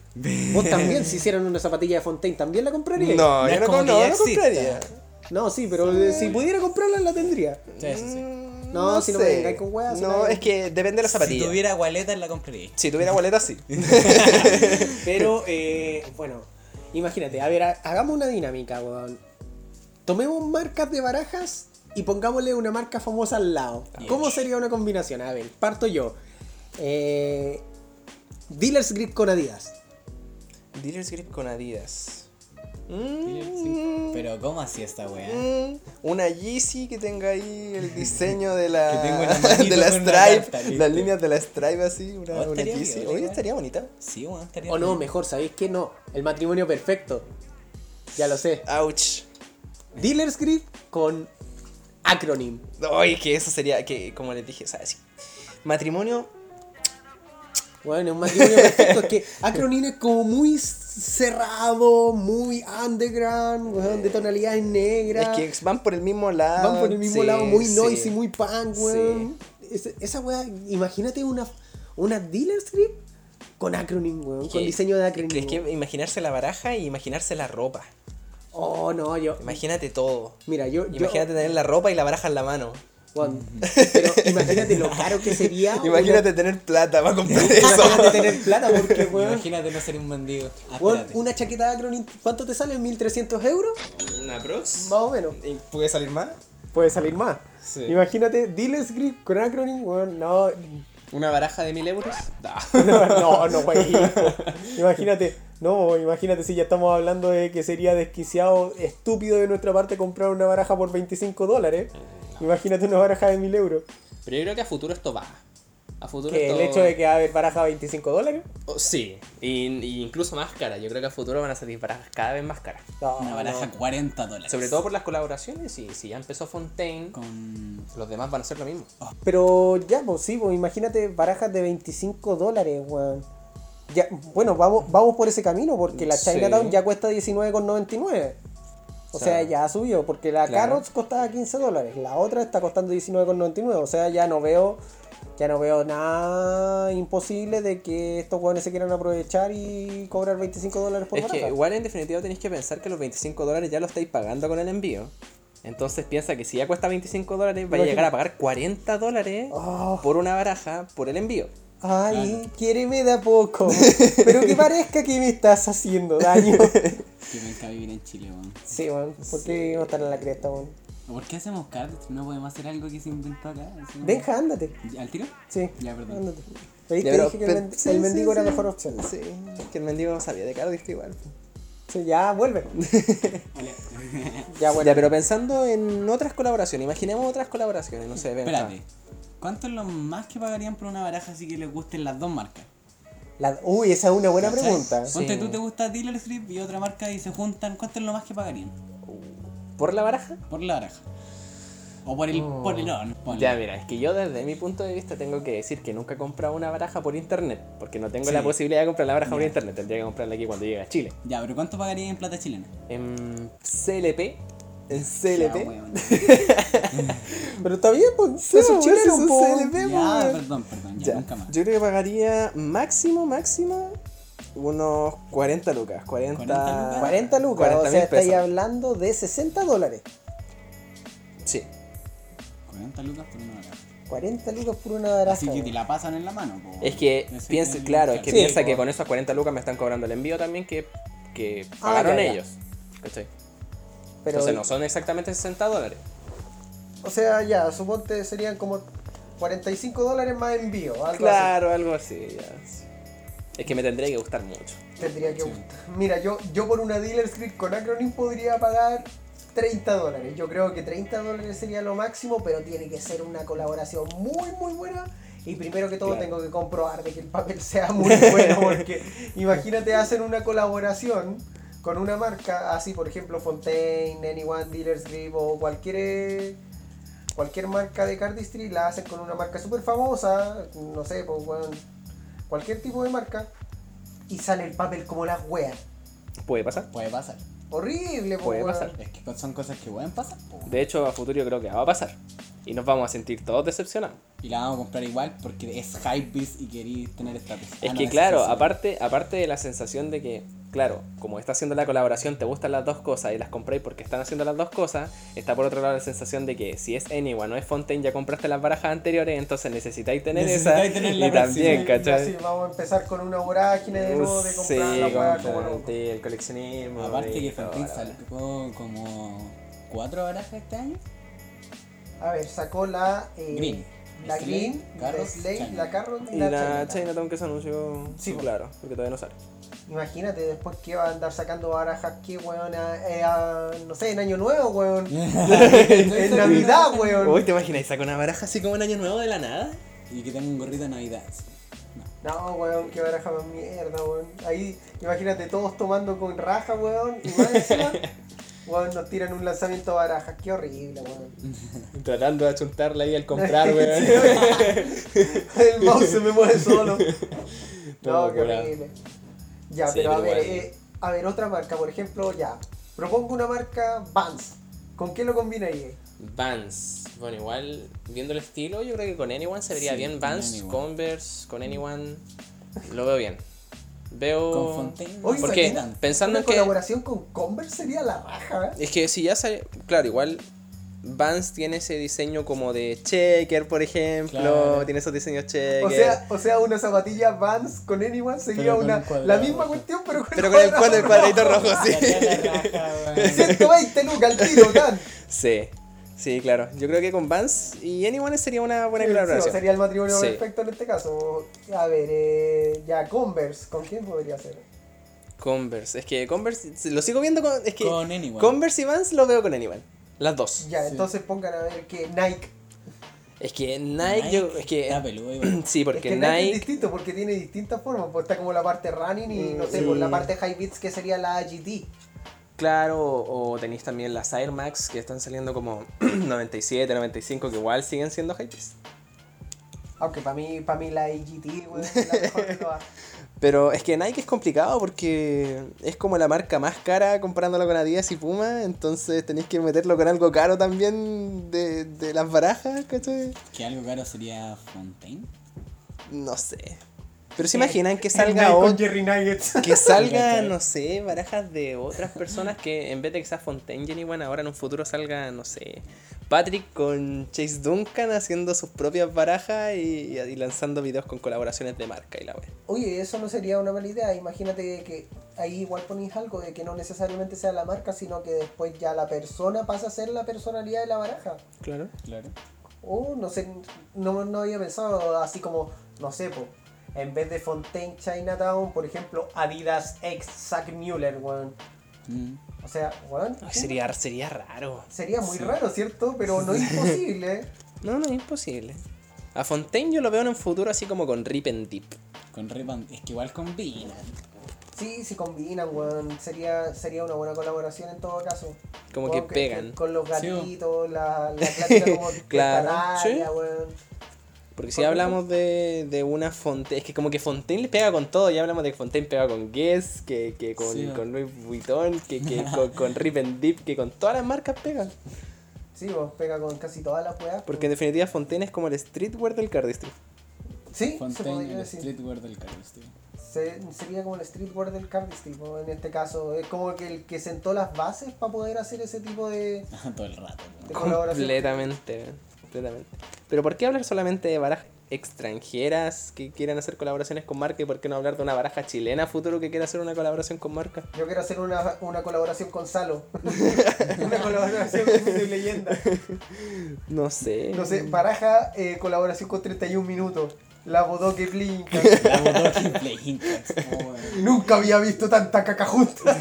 C: Vos también, si hicieran una zapatilla de Fontaine, también la comprarías.
D: No,
E: es
D: yo no,
E: como
D: com-
E: que
D: no,
E: ya
D: no
E: exista.
D: compraría.
C: No, sí, pero eh, si pudiera comprarla, la tendría.
E: Sí, eso sí.
D: Mm,
C: No, si no me
D: sé.
C: vengáis con weas, si
D: No,
C: no-
D: es que depende de la zapatilla.
E: Si tuviera gualetas la compraría.
D: Si tuviera boleta, sí.
C: Pero, eh, bueno, imagínate, a ver, ha- hagamos una dinámica, weón. Tomemos marcas de barajas y pongámosle una marca famosa al lado. ¿Cómo sería una combinación? A ver, parto yo. Eh, Dealer's Grip con Adidas.
D: Dealer's Grip con Adidas.
E: Sí.
D: Mm,
E: Pero ¿cómo así esta weá?
D: mm, Una Yeezy que tenga ahí el diseño de la,
E: Que tenga una manito
D: de la
E: con una
D: Stripe,
E: carta, listo.
D: las líneas de la Stripe así, una,
E: Oh,
D: una
E: estaría
D: Yeezy.
E: bien,
D: Oye,
E: igual.
D: estaría bonita.
E: Sí, weón, estaría
C: O no,
E: bien.
C: mejor, ¿sabéis qué? No, el matrimonio perfecto. Ya lo sé.
D: Ouch.
C: Dealer's Grip con acronym.
D: Ay, que eso sería, que como les dije, o sea, sí. Matrimonio
C: Bueno, un matrimonio perfecto es que Acronin es como muy cerrado, muy underground, weón, de tonalidades negras.
D: Es que van por el mismo lado.
C: van por el mismo
D: sí,
C: lado, muy
D: sí.
C: noisy, muy punk, weón. Es- esa weá, imagínate una, una dealer script con Acronin, weón,
D: Que-
C: con diseño de Acronin.
D: Es que imaginarse la baraja y imaginarse la ropa.
C: Oh, no, yo.
D: Imagínate todo.
C: Mira, yo. yo-
D: Imagínate tener la ropa y la baraja en la mano.
C: weón, pero imagínate lo caro que
D: Ah,
C: sería. una-
D: Imagínate tener plata para comprar eso.
C: imagínate tener plata, porque, weón.
E: Imagínate no ser un bandido. Ah,
C: weón,
E: espérate.
C: una chaqueta de Acronin, ¿cuánto te sale? ¿1300 euros?
D: ¿Una prox?
C: Más o menos.
D: ¿Y ¿Puede salir más?
C: puede salir más.
D: Sí.
C: Imagínate, Deal Script con Acronym, weón, no,
D: ¿Una baraja de mil euros? No.
C: no, no, güey. Imagínate, no, imagínate si ya estamos hablando de que sería desquiciado, estúpido de nuestra parte comprar una baraja por 25 dólares. Imagínate una baraja de 1000 euros.
D: Pero yo creo que a futuro esto va. A futuro
C: Que
D: esto...
C: el hecho de que va a haber baraja a 25 dólares.
D: Oh, sí. Y, y incluso más cara. Yo creo que a futuro van a salir barajas cada vez más caras.
C: No,
E: Una baraja 40 dólares.
D: Sobre todo por las colaboraciones. Y si ya empezó Fontaine,
E: Con.
D: los demás van a hacer lo mismo.
C: no. Pero ya, pues sí, pues imagínate barajas de 25 dólares, weón. Ya, bueno, vamos, vamos por ese camino porque la
D: Sí.
C: Chinatown ya cuesta 19,99. O sea,
D: Claro.
C: ya subió, porque la
D: Claro.
C: Carrots costaba 15 dólares, la otra está costando 19,99. O sea, ya no veo ya no veo nada imposible de que estos hueones se quieran aprovechar y cobrar 25 dólares por
D: Es que
C: baraja.
D: igual en definitiva tenéis que pensar que los 25 dólares ya lo estáis pagando con el envío. Entonces piensa que si ya cuesta 25 dólares, vaya a llegar a pagar 40 dólares
C: Oh.
D: por una baraja por el envío.
C: Ay, quiéreme de a poco, pero que parezca que me estás haciendo daño.
E: Que venga a vivir en Chile, weón.
C: Sí, weón, porque vamos a estar en la cresta, weón.
E: ¿Por qué hacemos cardistry? ¿No podemos hacer algo que se inventó acá? Así como-
F: Deja, ándate.
E: ¿Al tiro?
F: Sí.
E: Ya, perdón.
F: Ándate. Ahí te
D: Ya, pero
F: dije que el,
D: pe-
F: men-
D: sí,
F: el
D: sí,
F: mendigo era
D: sí.
F: mejor opción.
D: Sí, que el mendigo sabía de Cardistry igual.
F: Sí, ya, vuelve.
E: Vale.
F: Ya, bueno.
D: Ya, pero pensando en otras colaboraciones, imaginemos otras colaboraciones, no sé, venga.
E: Espérate. ¿Cuánto es lo más que pagarían por una baraja así que les gusten las dos marcas?
F: La- Uy, esa es una buena
E: ¿Cachai?
F: pregunta.
E: Ponte
D: Sí.
E: tú te gusta Dealer Script y otra marca y se juntan, ¿cuánto es lo más que pagarían?
D: ¿Por la baraja?
E: Por la baraja. O por el por el on. ponle.
D: Ya, mira, es que yo desde mi punto de vista tengo que decir que nunca he comprado una baraja por internet, porque no tengo
E: Sí.
D: la posibilidad de comprar la baraja por internet, tendría que comprarla aquí cuando llegue a Chile.
E: Ya, pero ¿cuánto pagarían en plata chilena?
D: En CLP, en
E: Ya,
D: CLP.
E: weón.
F: Pero está bien, pues. es un
D: pues,
F: chileno,
D: es un
F: po.
D: CLP.
E: Ya,
D: weón.
E: perdón, perdón, ya,
D: Ya,
E: nunca más.
D: Yo creo que pagaría máximo, máximo, unos 40 lucas, 40...
E: 40 lucas.
F: 40 lucas,
D: 40
F: o
D: mil
F: sea, estáis
D: pesos.
F: hablando de 60 dólares.
D: Sí.
E: 40 lucas por una baraja.
F: 40 lucas por una baraja.
E: Así que
F: weón.
E: te la pasan en la mano, po.
D: Es que
E: Ese
D: piensa,
E: el-
D: claro, es que
F: Sí,
D: piensa
F: po.
D: que con esos 40 lucas me están cobrando el envío también que, que
F: Ah,
D: pagaron
F: ya, ya.
D: ellos. ¿Cachai?
F: Pero,
D: Entonces no son exactamente 60 dólares.
F: O sea, ya, suponte serían como 45 dólares más envío. Algo
D: Claro, algo así, ya. sí. Es que me tendría que gustar mucho.
F: así. Tendría que gustar. Mira, yo, yo por una dealer script con acronym podría pagar 30 dólares. Yo creo que 30 dólares sería lo máximo, pero tiene que ser una colaboración muy, muy buena. Y primero que todo
D: Claro.
F: tengo que comprobar de que el papel sea muy bueno, porque imagínate hacen una colaboración con una marca, así por ejemplo Fontaine, Anyone, Dealers Grip o cualquier eh, cualquier marca de cardistry la hacen con una marca súper famosa, no sé, pues, weón, cualquier tipo de marca, y sale el papel como las weas.
D: ¿Puede pasar?
E: Puede pasar.
F: Horrible, pues,
D: Puede
F: weón.
D: pasar.
E: Es que son cosas que pueden pasar, po.
D: De hecho, a futuro yo creo que va a pasar. Y nos vamos a sentir todos decepcionados.
E: Y la vamos a comprar igual porque es Hypebeast y querís tener estatus.
D: Es
E: Ah, no,
D: que
E: ese
D: claro,
E: sí, sí.
D: aparte, aparte de la sensación de que, claro, como está haciendo la colaboración, te gustan las dos cosas y las compráis porque están haciendo las dos cosas, está por otro lado la sensación de que si es Anyone, no es Fontaine, ya compraste las barajas anteriores, entonces necesitáis tener
E: Necesitáis
D: esa
E: tener la
D: y también,
E: próxima.
D: ¿cachai?
F: Así, vamos a empezar con una vorágine de nuevo de
D: Sí,
F: comprar la wea como
D: comprarte,
F: loco.
D: el coleccionismo.
E: Aparte
D: y
E: que
D: todo,
E: Fontaine
D: la verdad.
E: sacó como cuatro barajas este año.
F: A ver, sacó la eh,
E: Green.
F: la
E: Slay,
F: Green, la
E: Carros,
F: Slay,
E: China.
F: la Carros
D: Y la Chinatown que se anunció,
F: Sí,
D: sí,
F: pues.
D: claro, porque todavía no sale.
F: Imagínate después que va a andar sacando barajas que, weón, a- eh, a- no sé, en Año Nuevo, weón. en Navidad, weón.
D: Uy, ¿te imaginas? Saca una baraja así como un año nuevo de la nada.
E: Y que tenga un gorrito de Navidad. sí.
F: No, weón, qué baraja más mierda, weón. Ahí, imagínate, todos tomando con raja, weón. Y más encima, weón, nos tiran un lanzamiento de barajas. Qué horrible, weón.
D: Tratando de achuntarla ahí al
F: comprar, weón. El mouse se me mueve solo. No,
D: No,
F: qué
D: weón.
F: horrible. Ya,
D: Sí,
F: pero a ver,
D: pero bueno.
F: eh, a ver, otra marca, por ejemplo, ya. Propongo una marca Vans. ¿Con qué lo combinaría?
D: Vans. Bueno, igual, viendo el estilo, yo creo que con Anyone se vería
E: Sí,
D: bien.
E: con
D: Vans,
E: Anyone.
D: Converse, con Anyone. Lo veo bien. Veo.
E: Con Fontaine.
F: Oye,
E: ¿por
D: Porque
E: qué tanto?
D: pensando
F: Una
D: en que.
F: colaboración con Converse sería la raja, ¿eh?
D: Es que si ya sale. Claro, igual. Vans tiene ese diseño como de checker, por ejemplo.
E: Claro.
D: Tiene esos diseños checker.
F: O sea, o sea, una zapatilla Vans con Anyone sería
E: Pero con
F: una,
E: un cuadrado
F: la misma
E: rojo.
F: cuestión, pero con
D: pero con el,
F: cuadrado
D: cuadro- el cuadradito
F: rojo.
D: rojo, sí.
E: Ya la raja, weón.
F: 120 lucas al tiro, Dan.
D: Sí, sí, claro. Yo creo que con Vans y Anyone sería una buena
F: Sí,
D: colaboración.
F: sería el matrimonio
D: Sí.
F: perfecto en este caso. A ver, eh, ya Converse, ¿con quién podría ser?
D: Converse, es que Converse, lo sigo viendo con. Es que
E: Con Anyone.
D: Converse y Vans lo veo con Anyone. Las dos.
F: Ya,
E: Sí.
F: entonces pongan a ver que Nike.
D: Es que Nike,
E: Nike
D: yo. Es que.
E: Está peludo, igual.
D: Sí,
F: es
D: porque
F: que Nike, es
D: Nike. Mm,
F: distinto porque tiene distintas formas. Pues está como la parte running y no sé, por la parte high beats que sería la GT.
D: Claro, o, o tenéis también las Air Max que están saliendo como 97, 95, que igual siguen siendo hypes.
F: Aunque para mí, para mí la IGT, weón, es la mejor de todas.
D: Pero es que Nike es complicado porque es como la marca más cara comparándolo con Adidas y Puma, entonces tenéis que meterlo con algo caro también de, de las barajas, ¿cachai?
E: Que algo caro sería Fontaine.
D: No sé. Pero
F: Eh,
D: se imaginan que salga
F: Nike con
D: otro,
F: Jerry Nuggets.
D: que salga,
E: Nike.
D: no sé, barajas de otras personas que en vez de que sea Fontaine Anyone, ahora en un futuro salga, no sé, Patrick con Chase Duncan haciendo sus propias barajas y, y lanzando videos con colaboraciones de marca y la web.
F: Oye, eso no sería una mala idea. Imagínate que ahí igual ponís algo de que no necesariamente sea la marca, sino que después ya la persona pasa a ser la personalidad de la baraja.
D: Claro.
E: Claro.
F: Oh, no sé, no, no había pensado así como, no sé, po, en vez de Fontaine Chinatown, por ejemplo, Adidas ex Zack Mueller, weón.
E: Mm.
F: O sea, weón.
D: sería, sería raro.
F: Sería muy raro, ¿cierto? Pero no es imposible. ¿eh?
D: No, no, es imposible. A Fontaine yo lo veo en un futuro así como con Rip and Deep.
E: Con Repan, es que igual combina.
F: Sí, si combinan, weón. Sería, sería una buena colaboración en todo caso.
D: Como
F: Weón,
D: que pegan.
F: con los
E: Sí, weón.
F: gatitos, la, la clásica como
D: Claro,
F: campanaria,
D: sí.
F: weón.
D: Porque si hablamos de, de una Fontaine, es que como que Fontaine le pega con todo, ya hablamos de que Fontaine pega con Guess, que, que con,
E: Sí.
D: con Louis Vuitton, que, que con, con Rip and Deep, que con todas las marcas pegan.
F: Sí, vos pega con casi todas las weas.
D: Porque en definitiva Fontaine es como el streetwear del cardistry.
F: Sí, se
E: Fontaine,
F: podría
E: el
F: decir.
E: streetwear del Carlos,
F: Se- sería como el streetwear del cardistry, po, en este caso. Es como que el que sentó las bases para poder hacer ese tipo de,
E: Todo el rato.
F: de colaboración.
D: Completamente, completamente. Pero ¿por qué hablar solamente de barajas extranjeras que quieran hacer colaboraciones con marca y por qué no hablar de una baraja chilena a futuro que quiera hacer una colaboración con marca?
F: Yo quiero hacer una, una colaboración con Salo. una colaboración con Mito y Leyenda.
D: No sé.
F: No sé, Baraja, eh, colaboración con 31 minutos. La Bodoque Blinka.
E: La botó que Play Incas, oh, weón.
F: Nunca había visto tanta caca junta.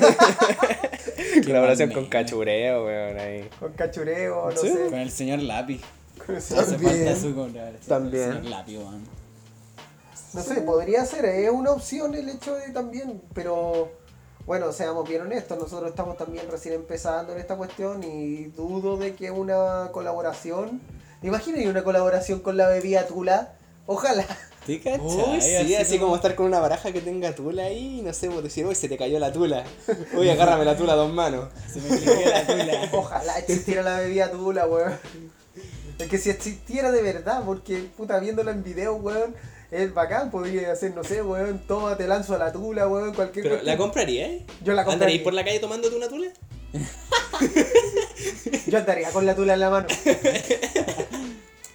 D: Colaboración
E: mal
D: con
E: meme.
D: cachureo, weón. ahí.
F: Con cachureo, no
D: Sí.
E: Con
F: sé.
E: el señor Lápiz.
F: con eso.
E: Hace falta su colaboración. con el
D: También.
E: señor Lápiz, weón.
F: No sé, podría ser, es una opción el hecho de también, pero bueno, seamos bien honestos, nosotros estamos también recién empezando en esta cuestión y dudo de que una colaboración, imagínate una colaboración con la bebida Tula, ojalá,
E: ¿Te cachai?
D: Uy, sí, así, como estar con una baraja que tenga tula ahí, no sé, vos decir, uy, se te cayó la tula. Uy, agárrame la tula a dos manos.
E: Se me cayó la tula.
F: ojalá existiera la bebida Tula, weón. Es que si existiera de verdad, porque puta, viéndola en video, weón, es bacán, podría hacer, no sé, weón, toma, te lanzo a la Tula, weón, cualquier
D: Pero,
F: cuestión.
D: ¿la compraría, eh?
F: Yo la
D: ¿Andaréis
F: compraría.
D: por la calle tomándote una tula?
F: Yo andaría con la tula en la mano.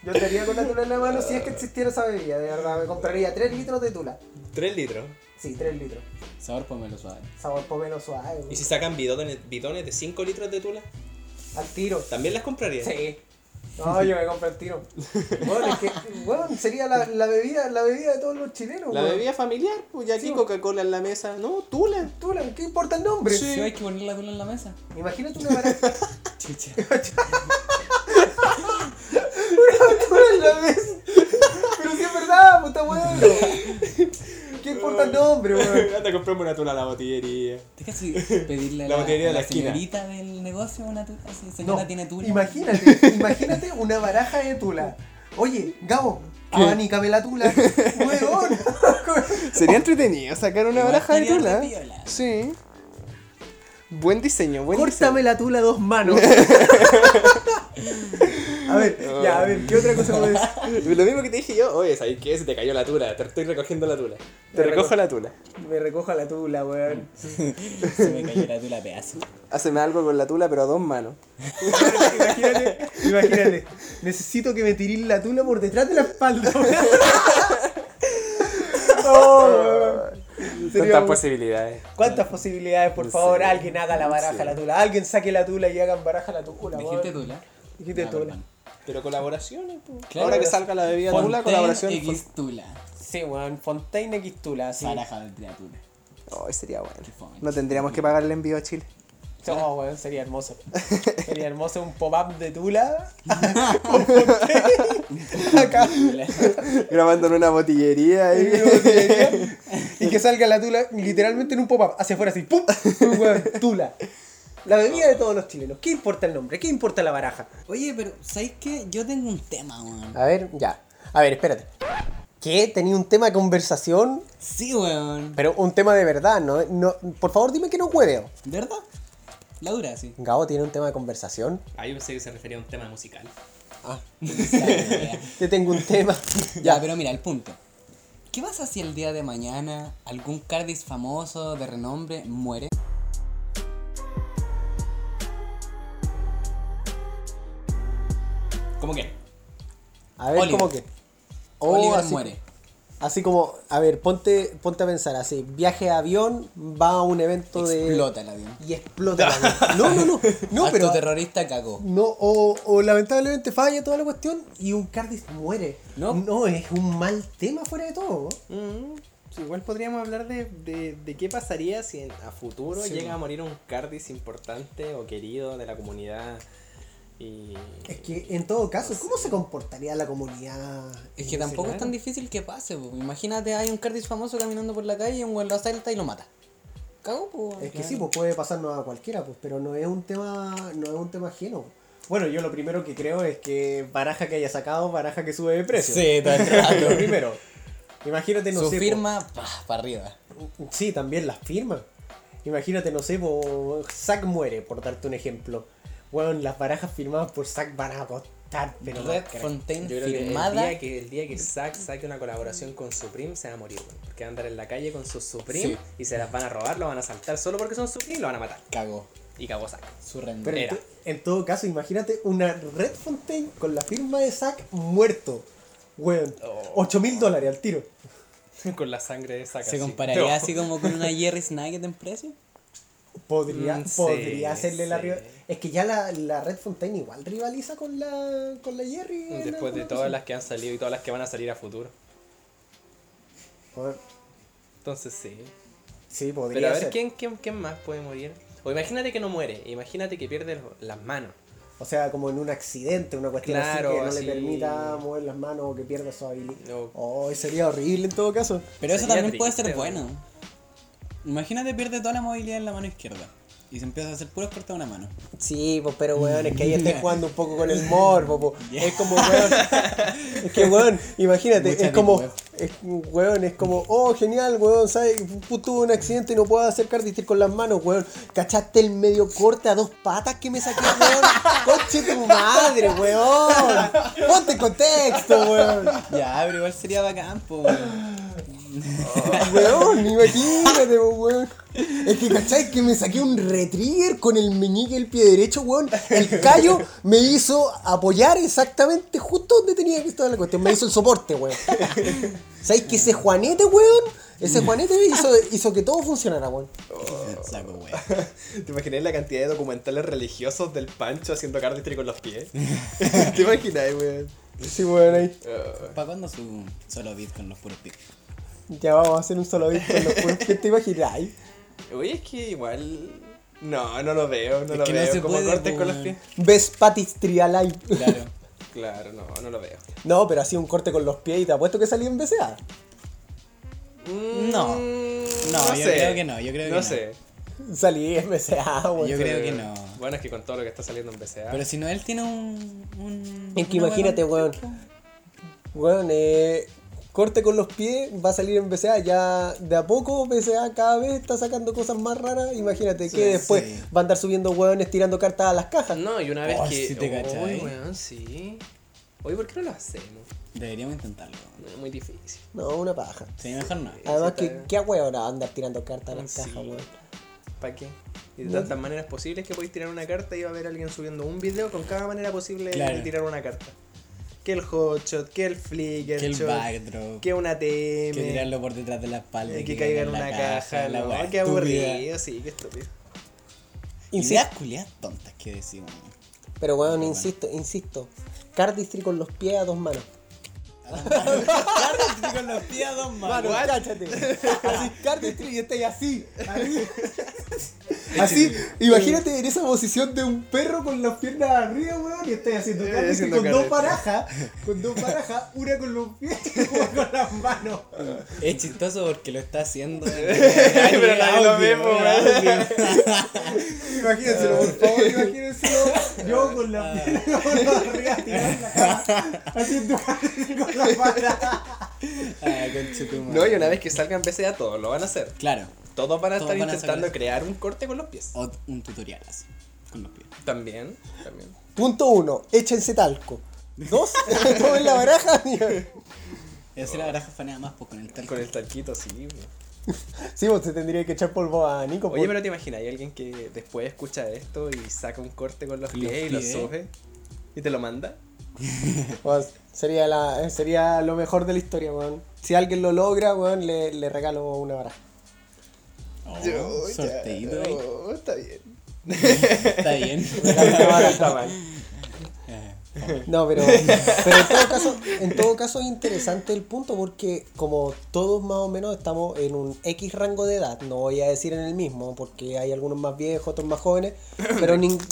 F: Yo andaría con la tula en la mano si es que existiera esa bebida, de verdad. Me compraría 3 litros de tula.
D: Tres litros.
F: Sí, 3 litros.
E: Sabor pomelo suave.
F: Sabor pomelo suave.
D: ¿Y si sacan bidones, bidones de 5 litros de tula?
F: Al tiro.
D: ¿También las compraría?
F: Sí. No, yo me compré al tiro. Bueno, es que, bueno, sería la, la bebida, la bebida de todos los chilenos,
D: La
F: weón.
D: bebida familiar, pues ya aquí Coca-Cola en la mesa. No, tula.
F: Tula, ¿qué importa el nombre?
E: Sí, hay que poner la tula en la mesa.
F: Imagínate una baraja
E: Chucha.
F: de tula en la mesa. Pero si es verdad, puta bueno. ¿Qué importa el nombre, weón?
D: Anda, compramos una tula a la botillería.
E: ¿Te casi pedirle a
D: La
E: la,
D: botillería de
E: a la
D: la esquina.
E: señorita del negocio una tula? Sí,
F: No,
E: señora tiene tula.
F: Imagínate, imagínate una baraja de tula. Oye, Gabo, abanícame la tula. Weón.
D: Sería entretenido sacar una
E: Igual
D: baraja de
E: sería
D: tula.
E: re piola.
D: Sí. Buen diseño, buen
F: Córtame la tula a dos manos. A ver, ya, a ver, ¿qué otra cosa puedo decir?
D: diseño. Lo mismo que te dije yo, oye, ¿sabes qué? Se te cayó la tula, te estoy recogiendo la tula. Te recojo la tula.
F: Me recoja la tula, weón.
E: Se me cayó la tula a pedazos.
D: Haceme algo con la tula, pero a dos manos.
F: Imagínate, imagínate. Necesito que me tiren la tula por detrás de la espalda. weón. Oh, weón. Sería
D: Tantas
F: un-
D: posibilidades.
F: ¿Cuántas posibilidades? Por
D: No
F: favor,
D: sé.
F: alguien haga la baraja
D: Sí.
F: la tula. Alguien saque la tula y hagan baraja la tula.
E: Dijiste
F: weón.
E: tula.
F: Dijiste
E: Ah,
F: tula.
E: perdón.
D: Pero colaboraciones, pues.
E: Claro.
D: Ahora que salga la bebida tula,
E: Fontaine
D: colaboración.
E: X tula.
F: Sí, weón, Fontaine X Tula, sí.
E: Baraja de tula.
D: Oh, sería bueno.
E: fome.
D: No tendríamos que pagar el envío a Chile.
F: No, weón, sería hermoso. Sería hermoso un pop-up de Tula. Acá.
D: Grabando en una botillería. ahí.
F: Y que salga la Tula literalmente en un pop-up, hacia afuera así, ¡pum! Weón, Tula. La bebida de todos los chilenos. ¿Qué importa el nombre? ¿Qué importa la baraja?
E: Oye, pero ¿sabéis qué? Yo tengo un tema, weón.
F: A ver, ya. A ver, espérate. ¿Qué? ¿Tenía un tema de conversación?
E: Sí, weón.
F: Pero un tema de verdad, ¿no? no por favor, dime que no hueveo.
E: ¿De verdad? Laura, sí.
F: Gabo tiene un tema de conversación.
D: Ah, yo pensé que se refería a un tema musical.
E: ya,
F: Te tengo un tema.
E: Ya, pero mira, el punto. ¿Qué pasa si el día de mañana algún Cardis famoso de renombre muere?
D: ¿Cómo quién?
F: A ver,
E: Oliver.
F: ¿cómo que?
E: Oliver
F: Oh, así,
E: muere.
F: Así como, a ver, ponte, ponte a pensar así, viaje a avión, va a un evento
E: Explota el avión.
F: de... Y explota. el avión. No, no, no, no, pero...
E: terrorista cagó.
F: No, o, o lamentablemente falla toda la cuestión y un Cardis muere.
E: No.
F: es un mal tema fuera de todo.
D: Igual podríamos hablar de, de- de qué pasaría si en- a futuro
E: Sí.
D: llega a morir un Cardis importante o querido de la comunidad. Y...
F: Es que en todo caso, ¿cómo se comportaría la comunidad?
E: Es que tampoco es tan difícil que pase, po. Imagínate, hay un Cardis famoso caminando por la calle y un güey lo asalta y lo mata. Cago, po.
F: Es que sí, pues puede pasarnos a cualquiera, pues, pero no es un tema, no es un tema ajeno. Bueno, yo lo primero que creo es que baraja que haya sacado, baraja que sube de precio.
E: Sí, todo el rato.
F: lo primero. Imagínate, no
E: Su
F: sé, po,
E: firma, para arriba.
F: Sí, también las firmas. Imagínate, no sé, po, Zack muere, por darte un ejemplo. Bueno, las barajas firmadas por Zack van a costar, pero
E: Red
F: más caras.
E: Fontaine
D: Yo creo que el,
E: firmada.
D: día que el día que Zack saque una colaboración con Supreme se va a morir, weón, porque va a andar en la calle con sus Supreme
E: Sí.
D: y se las van a robar, lo van a saltar solo porque son Supreme y lo van a matar.
E: Cagó.
D: Y cagó Zack.
E: Su render.
F: Pero en,
D: Era.
F: to- en todo caso, imagínate una Red Fontaine con la firma de Zack muerto. Weón,
D: Oh.
F: 8 mil dólares al tiro.
D: con la sangre de Zack.
E: ¿Se
D: así.
E: compararía
D: No.
E: así como con una Jerry Snagget en precio?
F: Podría,
D: Mm, sí,
F: podría hacerle la
D: sí.
F: rival- Es que ya la, la Red Fontaine igual rivaliza con la, con la Jerry. en
D: Después de
F: alguna
D: todas
F: cosa.
D: las que han salido y todas las que van a salir a futuro.
F: Joder,
D: Entonces sí.
F: Sí, podría
D: Pero a ver
F: ser.
D: ¿quién, quién, quién más puede morir. O imagínate que no muere, imagínate que pierde lo- las manos.
F: O sea, como en un accidente, una cuestión
D: Claro,
F: así que no
D: así.
F: le permita mover las manos o que pierda su habilidad.
D: No.
F: Oh, sería horrible en todo caso.
E: Pero eso
D: Sería
E: también puede
D: triste,
E: ser
D: güey.
E: bueno. Imagínate, pierde toda la movilidad en la mano izquierda. Y se empieza a hacer puros cortes de una mano.
F: Sí, pues, pero weón, es que ahí estás jugando un poco con el morbo, po. Es como, weón. es que, weón, imagínate,
E: Mucha
F: es como,
E: deep
F: es, weón, es como, oh, genial, weón, ¿sabes? Pu- Tuve un accidente y no puedo hacer cardistry con las manos, weón. ¿Cachaste el medio corte a dos patas que me saqué, weón? Coche tu madre, weón. Ponte en contexto, weón.
E: Ya, pero igual sería bacán, po. weón.
F: Weón, imagínate, po, weón. Es que, ¿cachai? Que me saqué un retriever con el meñique del pie derecho, weón. El callo me hizo apoyar exactamente justo donde tenía que estar la cuestión. Me hizo el soporte, weón. ¿Sabes que ese Juanete, weón? Ese Juanete hizo, hizo que todo funcionara, weón.
E: Saco, güey.
D: ¿Te imaginas la cantidad de documentales religiosos del Pancho haciendo cardistry con los pies? ¿Te imaginas, weón?
F: Sí, weón, ahí.
E: ¿Para cuándo su solo beat con los puros pies?
F: Ya vamos a hacer un solo beat con los puros. ¿Qué te imagináis?
D: Oye, es que igual. No, no lo veo, no
E: Es
D: lo
E: que no
D: veo.
E: se
D: como
E: puede,
D: cortes con los
E: weón.
D: pies.
F: Best Patistry Alive.
E: Claro.
D: Claro, no, no lo veo.
F: No, pero hacía un corte con los pies y te apuesto que salía en BCA.
E: No. No, yo creo que no, yo creo que no.
D: sé.
F: Salí en BCA, weón.
E: Yo creo que no.
D: Bueno, es que con todo lo que está saliendo en BCA.
E: Pero si no, él tiene un. un
F: Es que
E: una
F: imagínate,
E: buena-
F: weón. Weón, eh, corte con los pies, va a salir en BCA. Ya de a poco BCA cada vez está sacando cosas más raras. Imagínate que después
E: sí.
F: va a andar subiendo weones tirando cartas a las cajas.
D: No, y una vez
E: Oh,
D: que.
E: sí te cachai.
D: Uy, weón, sí. Oye, ¿por qué no lo hacemos?
E: Deberíamos intentarlo. weón.
D: No, es muy difícil.
F: No, una paja.
E: Sí, mejor no.
F: Además,
D: sí,
F: que,
D: está-
F: ¿qué weón va a andar tirando cartas a las
D: Sí.
F: cajas, weón?
D: ¿Para qué? Y de tantas maneras posibles que podéis tirar una carta y va a haber alguien subiendo un video con cada manera posible
E: Claro.
D: de tirar una carta. Que el hotshot, que el flicker,
E: Que el
D: shot,
E: backdrop.
D: que una TM,
E: Que tirarlo por detrás de la espalda.
D: que,
E: y
D: caiga en una caja.
E: la
D: no,
E: weá
D: qué
E: estúpida.
D: aburrido, sí, qué estúpido.
E: Ideas culiadas tontas que decimos.
F: Pero weón, insisto, insisto. Cardistry con los pies a dos manos.
E: con los pies a dos
F: Mano,
E: manos.
F: cáchate. Así, cardistry y estáis así. Así. Así, imagínate en esa posición de un perro con las piernas arriba, weón, y estáis haciendo
D: Eh,
F: cardistry
D: haciendo
F: con dos
D: cardistry.
F: barajas, con dos barajas, una con los pies y otra con las manos.
E: Es chistoso porque lo está haciendo.
D: Pero nadie lo ve, po,
F: Imagínenselo, por favor, imagínenselo. Yo con
D: Ah.
F: las piernas con las arriba tirando la cara, haciendo cardistry con las barajas.
D: No, y una vez que salgan BCA, todos lo van a hacer.
E: Claro,
D: Todos van a
E: Todos
D: estar
E: van a sacar
D: intentando
E: eso.
D: crear un corte con los pies.
E: o un tutorial así. Con los pies.
D: También, también.
F: Punto uno, échense talco. Dos, tomen la baraja,
E: Y así la baraja fanea más pues, con el talco.
D: Con el talquito, sí. güey.
F: Sí, vos te tendría que echar polvo a Nico.
D: Oye, pero te imaginas, hay alguien que después escucha esto y saca un corte con los
E: Con los
D: pies y lo
E: pies.
D: sube y te lo manda.
C: Pues, sería, la, sería lo mejor de la historia, weón. Si alguien lo logra, weón, le, le regalo una baraja.
E: Oh,
H: Yo, ya,
E: sorteído, ahí.
H: oh, está bien.
E: Está bien.
G: Está mal.
C: No, pero, pero en, todo caso, en todo caso es interesante el punto porque como todos más o menos estamos en un X rango de edad, no voy a decir en el mismo porque hay algunos más viejos, otros más jóvenes, pero, nin-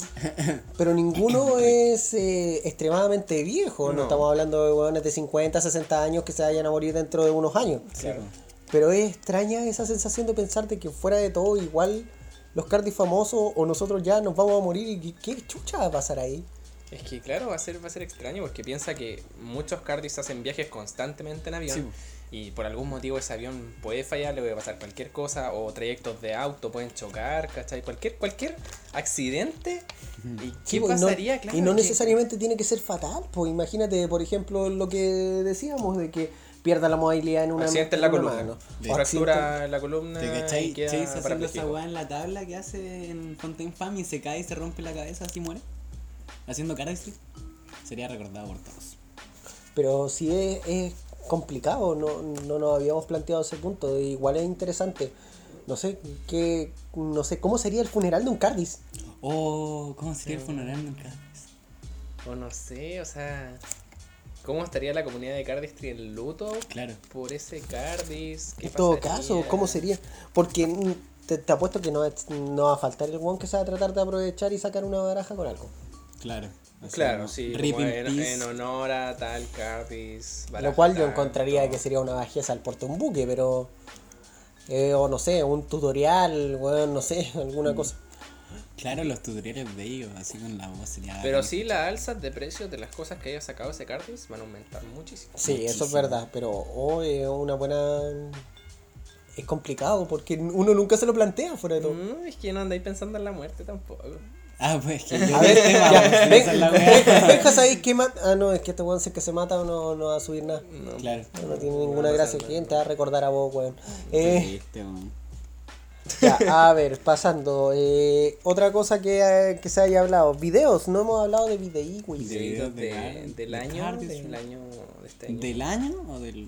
C: pero ninguno es eh, extremadamente viejo, no.
D: No.
C: estamos hablando de hueones de 50, 60 años que se vayan a morir dentro de unos años. Pero es extraña esa sensación de pensar de que fuera de todo igual los Cardiff famosos o nosotros ya nos vamos a morir y qué- qué chucha va a pasar ahí.
D: Es que claro, va a ser, va a ser extraño porque piensa que muchos cardis hacen viajes constantemente en avión.
E: Sí, po.
D: y por algún motivo ese avión puede fallar, le puede pasar cualquier cosa, o trayectos de auto pueden chocar, ¿cachai? Cualquier, cualquier accidente. ¿Y qué
C: Sí, pues, y no-
D: pasaría? claro,
C: y no
D: que-
C: necesariamente tiene que ser fatal, pues imagínate, por ejemplo, lo que decíamos de que pierda la movilidad en una,
D: Accidente en la
C: una
D: columna.
C: mano.
E: De
C: O accidente-
D: Fractura en la columna.
E: ¿Te
D: y
E: cachai?
D: queda
E: Chase haciendo esa
D: parapléjico.
E: weá en la tabla que hace en Fontaine Fam y se cae y se rompe la cabeza así muere. Haciendo cardistry. Sería recordado por todos.
C: Pero sí es, es complicado, no, no nos habíamos planteado ese punto, e igual es interesante. No sé qué, no sé cómo sería el funeral de un Cardis.
E: Oh, ¿cómo sería el funeral del cardistry?
D: O no sé, o sea. ¿Cómo estaría la comunidad de Cardistry en luto
E: Claro.
D: por ese Cardis? ¿Qué
C: En todo
D: pasaría?
C: caso, ¿cómo sería? Porque mm, te, te apuesto que no, es- no va a faltar el guan que se va a tratar de aprovechar y sacar una baraja con algo.
E: Claro. Así
D: Claro,
E: como,
D: sí,
E: Rip
D: como
E: in
D: en,
E: peace.
D: en honor a tal Cardis.
C: Lo cual yo encontraría que sería una bajeza al porte un buque, pero. eh, o no sé, un tutorial, weón, no sé, alguna cosa.
E: Claro, los tutoriales de ellos, así con la voz sería.
D: Pero sí, las alzas de precios de las cosas que haya sacado ese Cardis van a aumentar muchísimo.
C: Sí, eso es
E: Muchísimo.
C: verdad, pero oh, es una buena. Es complicado porque uno nunca se lo plantea fuera de todo.
D: No, Mm, es que no andáis pensando en la muerte tampoco.
E: Ah, pues que yo
C: A ver,
E: tema,
C: ya,
E: pues,
C: ven-
E: esa es la
C: ven-
E: weá.
C: venjas ahí que mata. Ah, no, es que este weón si es que se mata no, no va a subir nada.
D: No,
E: Claro.
C: No, no tiene ninguna gracia. ¿Quién te va a recordar a vos, weón? Eh,
E: Sí, este, weón.
C: Ya, a ver, pasando. eh, otra cosa que, eh, que se haya hablado. Videos, no hemos hablado de videícuis.
E: De videos de
D: de-
E: Card-
D: del
E: de
D: año,
E: Cardis,
D: del
E: sí.
D: año de este año.
E: ¿Del año o del.?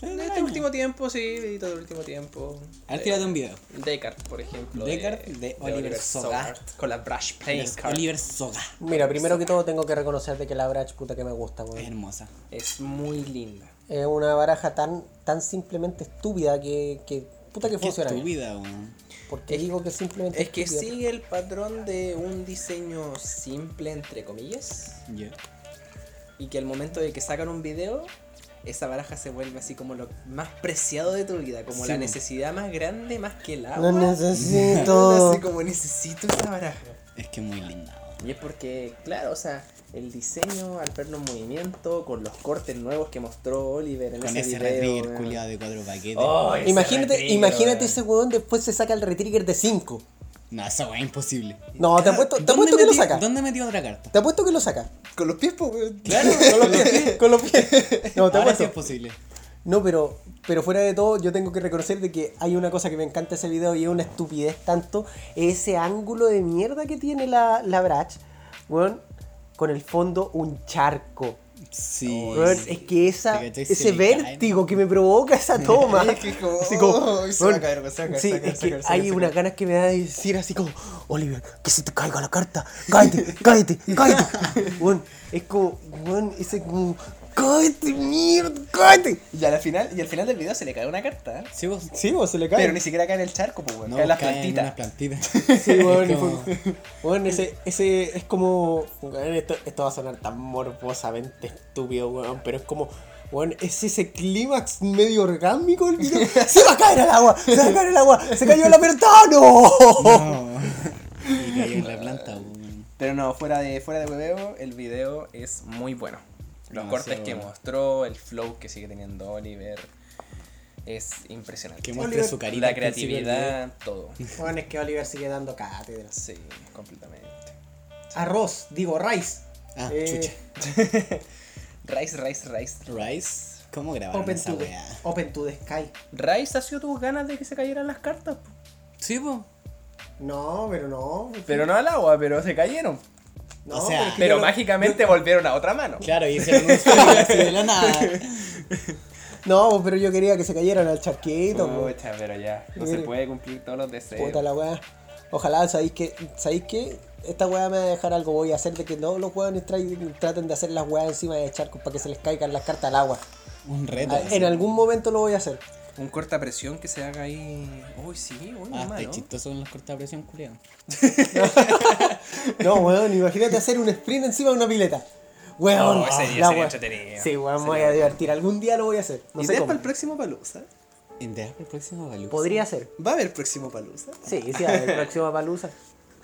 D: De este
E: año.
D: último tiempo, sí, de todo el último tiempo.
E: A ver,
D: De-
E: tírate un video.
D: Descartes, por ejemplo.
E: Descartes, de Oliver Sogard.
D: Con la brush playing
E: Es
D: card.
E: Oliver Soga.
C: Mira, primero que todo tengo que reconocer de que la Brach puta que me gusta,
E: Es
C: weón.
E: hermosa.
D: Es muy linda.
C: Es una baraja tan, tan simplemente estúpida que, que puta que
E: ¿Qué es
C: funciona.
E: tu
C: bien.
E: vida, weón?
C: Porque digo que simplemente
D: Es que
C: estúpida.
D: sigue el patrón de un diseño simple, entre comillas,
E: Ya.
D: y que al momento de que sacan un video, esa baraja se vuelve así como lo más preciado de tu vida, como
E: Sí,
D: la
E: bo.
D: necesidad más grande, más que el agua.
C: Lo
D: Así
C: necesito.
D: como necesito esa baraja.
E: Es que es muy linda, weón.
D: Y es porque, claro, o sea, el diseño al verlo en movimiento, con los cortes nuevos que mostró Oliver en
E: Con
D: ese,
E: ese
D: video.
E: retrigger
D: weón.
E: culiado de cuatro paquetes.
D: Oh, ese
C: Imagínate,
D: retrigger,
C: imagínate
D: weón.
C: ese weón después se saca el retrigger de 5.
E: No, esa weá es imposible.
C: No, te apuesto, te apuesto que lo
E: metió,
C: saca.
E: ¿Dónde metió otra carta?
C: Te apuesto que lo saca.
D: Con los pies, po, weón.
E: Claro,
C: Con los pies, con los pies. No, te
E: ahora
C: apuesto.
E: sí es posible.
C: No, pero, pero fuera de todo, yo tengo que reconocer de que hay una cosa que me encanta de ese video y es una estupidez tanto, ese ángulo de mierda que tiene la, la Brach, weón, con el fondo un charco.
E: Sí.
C: Weón, es que esa,
E: Te cachai,
C: ese
E: se le caen.
C: vértigo que me provoca esa toma. Así como,
H: se va a
C: weón,
H: caer, se va a caer, se
C: sí,
H: va a caer,
C: es
H: se va a
C: que
H: caer, se va a
C: hay
H: caer.
C: unas ganas que me da de decir así como, Oliver, que se te caiga la carta, cállate, cállate, cállate. Weón, es como, weón, ese como, cállate, mierda, cállate.
H: Y, al final, y al final del video se le cae una carta. ¿eh?
E: Sí, vos.
C: Sí, vos se le cae.
H: Pero ni siquiera cae en el charco, pues, weón.
E: No,
H: cae en las
E: caen
H: plantitas.
E: unas plantitas.
C: Sí, weón, y
E: Es como-
C: fue- weón, ese, ese es como. weón, esto, esto va a sonar tan morbosamente estúpido, weón, pero es como. Weón, es ese clímax medio orgánico del video. ¡Se va a caer al agua! ¡Se va a caer al agua! ¡Se cayó el apertano!
D: Mm.
E: No. Y cayó en la planta, weón.
D: Pero no, fuera de, fuera de hueveo, el video es muy bueno. Los
E: Demasiado
D: cortes que
E: bueno.
D: mostró, el flow que sigue teniendo Oliver, es impresionante.
E: Que muestre su carita.
D: La
E: al principio del
D: creatividad, todo.
C: Weón, es que Oliver sigue dando cátedras.
D: Sí, completamente.
C: Arroz, digo, rice.
E: video. Ah,
C: Eh,
E: chucha.
D: Rice, Rice, Rice.
E: Rice, ¿cómo grabaron esa weá?
C: open to the sky.
D: Rice ha sido tus ganas de que se cayeran las cartas. po.
E: Sí, po.
C: No, pero no.
D: Pero no al agua, pero se cayeron.
F: No,
E: o sea,
F: pero es que
D: Pero
F: yo lo-
D: mágicamente volvieron a otra mano.
E: Claro, y hicieron un sueño así de la nada.
F: No, pues, pero yo quería que se cayeran al charquito. pues.
D: Pucha, pero ya. No se
F: Mire.
D: puede cumplir todos los deseos.
F: Puta la weá. Ojalá, ¿sabéis que ¿Sabéis que Esta weá me va a dejar algo. Voy a hacer de que no los weones tra- traten de hacer las weas encima de charcos para que se les caigan las cartas al agua.
E: Un reto.
F: A-
E: así.
F: En algún momento lo voy a hacer.
D: Un corta presión que se haga ahí. Uy, sí, uy,
E: Ah, está
D: mano.
E: chistoso con los cortapresión, culiao.
F: No, weón, imagínate hacer un sprint encima de una pileta. Weón, ah,
D: No, ese día
F: la
D: sería
F: wea-
D: entretenido.
F: Sí, weón, me voy a divertir. Algún día lo voy a hacer. No
H: ¿Y
F: sé
H: Ideas
F: cómo.
H: para el próximo Palusa.
E: ¿Ideas para el próximo Palusa?
F: Podría ser.
H: ¿Va a haber próximo Palusa?
F: Sí, sí, a ver, próxima palusa.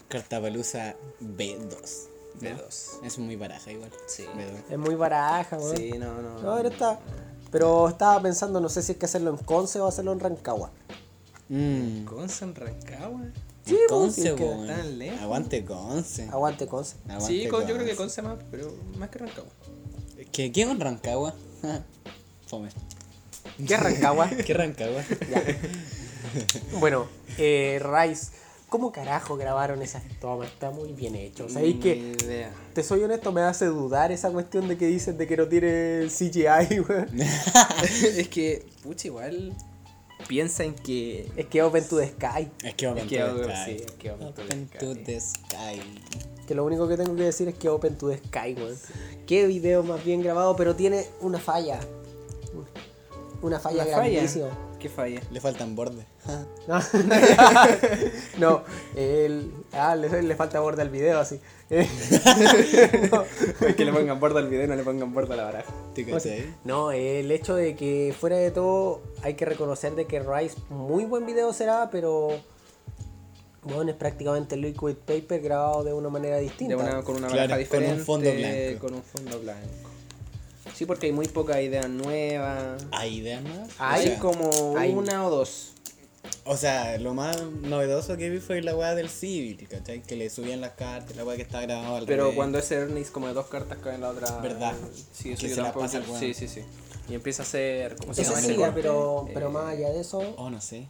E: Cartapalusa B2.
D: De dos.
E: Es muy baraja igual. Sí. B2.
F: Es muy baraja, weón.
H: Sí, no, no.
F: No, pero está. Pero estaba pensando, no sé si es que hacerlo en Conce o hacerlo en Rancagua.
E: Mm.
D: Gonza en Rancagua.
F: Sí, pues, sí,
E: Conce,
F: es que
E: weón.
H: tan lejos.
E: Aguante Conce.
F: Aguante Conce.
E: Aguante
D: Sí, con- yo creo que Conce
E: Conce.
D: más, pero más que Rancagua.
E: ¿Qué, qué con Rancagua? Fome.
F: Ya Rancagua.
E: ¿Qué Rancagua?
F: bueno, eh, Rice, ¿cómo carajo grabaron esas tomas? Está muy bien hecho. ¿Sabéis que?
D: Ni idea.
F: Te soy honesto, me hace dudar esa cuestión de que dices de que no tiene CGI, weón.
D: es que, pucha, igual piensa en que.
F: Es que Open to the Sky.
E: es que Open
D: Es que
E: to
D: Open-
E: the
D: sí,
E: Sky.
D: es que Open to the
E: Open
D: Sky.
E: to the Sky.
F: Que lo único que tengo que decir es que Open to the Sky, weón. Qué video más bien grabado, pero tiene una falla. Una falla
D: Una falla.
F: grandísima.
D: ¿Qué falla?
E: Le faltan bordes.
F: No, no el- ah, le, le falta borde al video así. Eh, no,
D: Es que le pongan borda al video y no le pongan borda a la baraja.
E: ¿Te
F: o sea,
E: cachai?
F: no, el hecho de que fuera de todo hay que reconocer de que Rice muy buen video será, pero bueno, es prácticamente liquid paper grabado de una manera
D: De
F: distinta.
D: una, con una baraja
E: Claro, con un
D: diferente.
E: fondo blanco.
D: Con un fondo blanco. Sí, porque hay muy pocas ideas nuevas.
E: ¿Hay ideas nuevas?
F: Hay
E: Ah, o
D: Hay
E: sea,
D: como
F: hay-
D: una o dos.
E: O sea, lo más novedoso que vi fue la weá del civil, ¿cachai? Que le subían las cartas, la weá que está grabada al
D: Pero
E: revés.
D: cuando es Ernest, como de dos cartas caen la otra.
E: Verdad.
D: Sí, eso
E: Que
D: yo
E: se la
D: tampoco-
E: pasa al weón.
D: Sí, sí, sí. Y empieza a hacer. ¿Cómo se
F: Eso
D: llama
F: sí,
D: ese
F: ya,
D: golpe?
F: pero,
D: Eh,
F: pero más allá de eso,
E: Oh, no sé.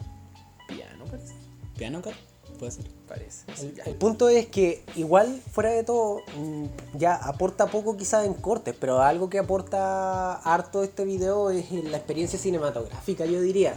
D: Piano, parece.
E: ¿Piano car? Puede ser.
D: Parece.
F: El, el punto es que igual fuera de todo mm, ya aporta poco quizás en cortes, pero algo que aporta harto este video es en la experiencia cinematográfica, yo diría.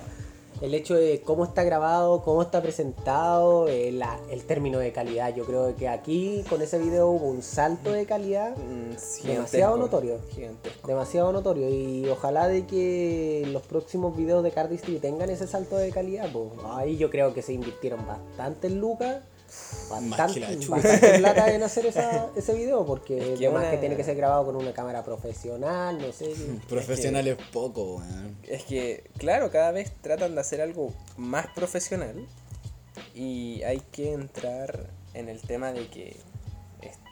F: El hecho de cómo está grabado, cómo está presentado, eh, la- el término de calidad. Yo creo que aquí con ese video hubo un salto de calidad
D: Mm, gigantesco,
F: demasiado notorio.
D: Gigantesco.
F: Demasiado notorio y ojalá de que los próximos videos de Cardistry tengan ese salto de calidad. Pues ahí yo creo que se invirtieron bastantes lucas,
E: Más que la
F: bastante,
E: chucha.
F: bastante plata en hacer esa- ese video porque
D: que
F: además
D: una-
F: que tiene que ser grabado con una cámara profesional, no sé.
E: Profesional es poco, weón.
D: Es que, claro, cada vez tratan de hacer algo más profesional y hay que entrar en el tema de que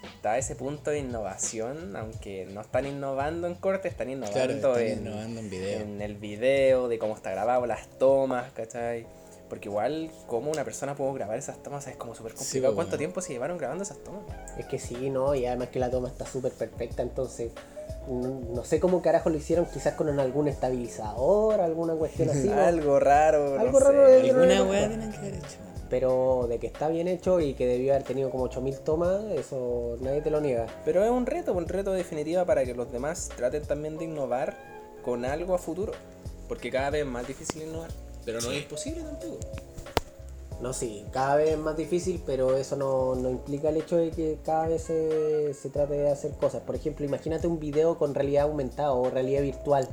D: está ese punto de innovación, aunque no están innovando en corte, están
E: Claro,
D: innovando,
E: están
D: en,
E: innovando en video.
D: en el video, de cómo está grabado, las tomas, ¿cachai? Porque igual, cómo una persona pudo grabar esas tomas es como súper complicado.
E: pues,
D: ¿Cuánto
E: bueno.
D: tiempo se llevaron grabando esas tomas?
F: Es que sí, ¿no? Y además que la toma está súper perfecta, entonces no, no sé cómo carajo lo hicieron, quizás con algún estabilizador, alguna cuestión así. ¿no?
D: Algo raro, no
F: Algo
D: sé.
F: raro de-
E: Alguna weá tienen que haber hecho.
F: Pero de que está bien hecho y que debió haber tenido como 8000 tomas, eso nadie te lo niega.
D: Pero es un reto, un reto definitiva para que los demás traten también de innovar con algo a futuro. Porque cada vez es más difícil innovar. Pero no es imposible tampoco.
F: No, sí, cada vez es más difícil, pero eso no, no implica el hecho de que cada vez se, se trate de hacer cosas. Por ejemplo, imagínate un video con realidad aumentada o realidad virtual.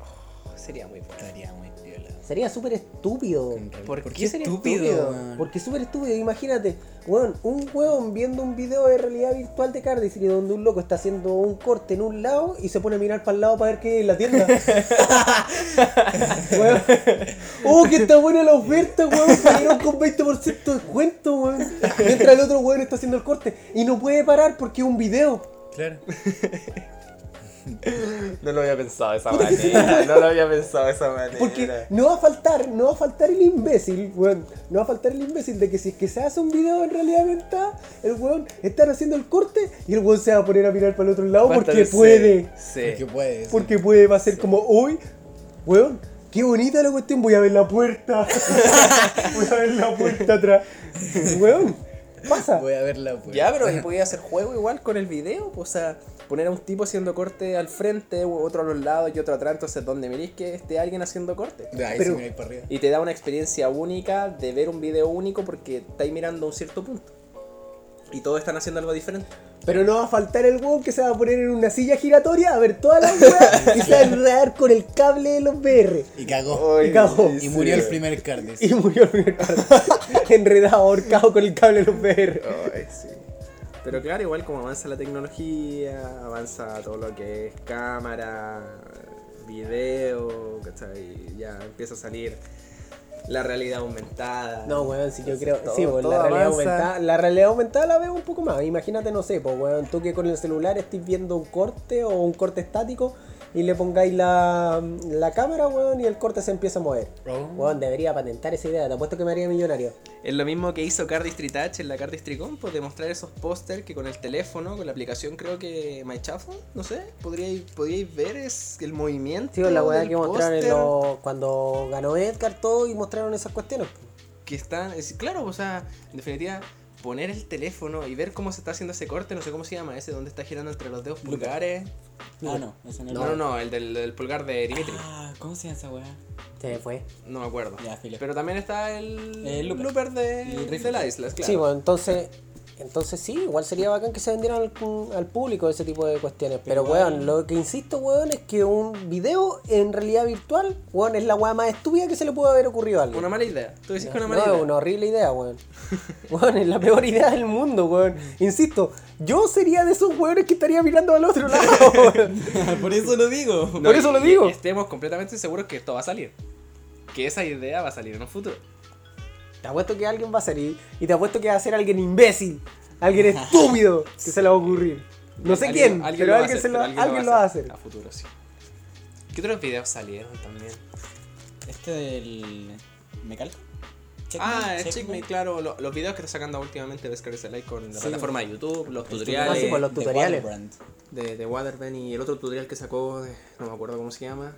D: Oh, Sería muy bueno.
E: Estaría muy piola.
F: Sería súper estúpido.
D: ¿Por qué sería estúpido?
E: weón?
F: Porque es súper estúpido, imagínate, weón, un weón viendo un video de realidad virtual de Cardistry donde un loco está haciendo un corte en un lado y se pone a mirar para el lado para ver qué hay en la tienda. Weón. Oh, que está buena la oferta, weón, salieron con 20% de descuento, weón. Mientras el otro weón está haciendo el corte y no puede parar porque es un video.
E: Claro.
D: No lo había pensado de esa manera. no lo había pensado de esa manera.
F: Porque no va a faltar, no va a faltar el imbécil, weón. No va a faltar el imbécil de que si es que se hace un video en realidad aumentada, el weón estará haciendo el corte y el weón se va a poner a mirar para el otro lado porque puede.
D: Sí.
E: Porque puede. sí.
F: Porque puede, va a ser como hoy, weón. Qué bonita la cuestión, voy a ver la puerta. voy a ver la puerta atrás. Weón, Pasa.
I: Voy a verla, pues.
D: Ya, pero ahí podía hacer juego igual con el video. pues, O sea, poner a un tipo haciendo corte al frente, u- otro a los lados y otro atrás. Entonces, donde miréis que esté alguien haciendo corte.
I: De ahí
F: Pero-
I: se me va para arriba.
D: Y te da una experiencia única de ver un video único porque estáis mirando a un cierto punto. Y todos están haciendo algo diferente.
F: Pero no va a faltar el weón que se va a poner en una silla giratoria a ver todas las weas y se va a enredar con el cable de los BR.
I: Y cagó.
F: Y cagó.
I: Y murió el primer Cardis.
F: Y murió el primer Cardis. Enredado, ahorcado con el cable de los BR.
D: Pero claro, igual como avanza la tecnología, avanza todo lo que es cámara, video, ¿cachai? Ya empieza a salir la realidad aumentada.
F: No, weón, si yo creo.
D: Entonces,
F: sí,
D: todo-
F: pues,
D: todo
F: la realidad
D: avanza.
F: aumentada. La realidad aumentada la veo un poco más. Imagínate, no sé, pues weón, tú que con el celular estés viendo un corte o un corte estático y le pongáis la, la cámara, weón, y el corte se empieza a mover.
D: Oh.
F: Weón, debería patentar esa idea, te apuesto que me haría millonario.
D: Es lo mismo que hizo Cardistry Touch en la Cardistry Comp, pues de mostrar esos póster que con el teléfono, con la aplicación creo que MyChafo, no sé, podríais, podríais ver es el movimiento.
F: Sí, pues, la weá
D: del
F: que mostraron en
D: póster
F: los- cuando ganó Edgar todo y mostraron esas cuestiones. pues.
D: Que están, es- claro, o sea, en definitiva, poner el teléfono y ver cómo se está haciendo ese corte, no sé cómo se llama ese, donde está girando entre los dedos pulgares.
E: Ah, no, ese no,
D: No, no, no, el del, del pulgar de Dimitri.
E: Ah, ¿cómo se llama esa weá?
F: Se fue.
D: No me acuerdo.
E: Ya, filo.
D: Pero también está el,
E: El looper.
D: de,
E: El
D: de
E: rifle.
D: la isla, claro.
F: Sí, bueno, entonces, entonces sí, igual sería bacán que se vendieran al, al público ese tipo de cuestiones. Pero, weón, lo que insisto, weón, es que un video en realidad virtual, weón, es la weá más estúpida que se le pudo haber ocurrido a alguien.
D: Una mala idea. Tú decís que
F: No,
D: una mala idea.
F: una horrible idea, weón. Weón, es la peor idea del mundo, weón. Insisto, yo sería de esos weones que estaría mirando al otro lado, weón.
E: Por eso lo digo.
D: No,
F: Por eso
D: y-
F: lo digo.
D: y estemos completamente seguros que esto va a salir. Que esa idea va a salir en un futuro.
F: Te apuesto que alguien va a ser y, y te apuesto que va a ser alguien imbécil, alguien estúpido que se le va a ocurrir. No sé
D: Alguien-
F: quién,
D: alguien
F: pero
D: lo va a
F: alguien,
D: hacer,
F: se lo,
D: pero
F: alguien lo va a hacer.
D: A futuro, sí. ¿Qué otros videos salieron también?
E: Este del. ¿Me calco?
D: ah, el Checkmate, claro. lo- los videos que está sacando últimamente Beskar Select con la
E: Sí.
D: plataforma de YouTube, los
F: Ah, sí,
D: tutoriales
F: por los
E: de
F: tutoriales.
E: Waterbrand.
D: de, de Waterman y el otro tutorial que sacó, de- no me acuerdo cómo se llama.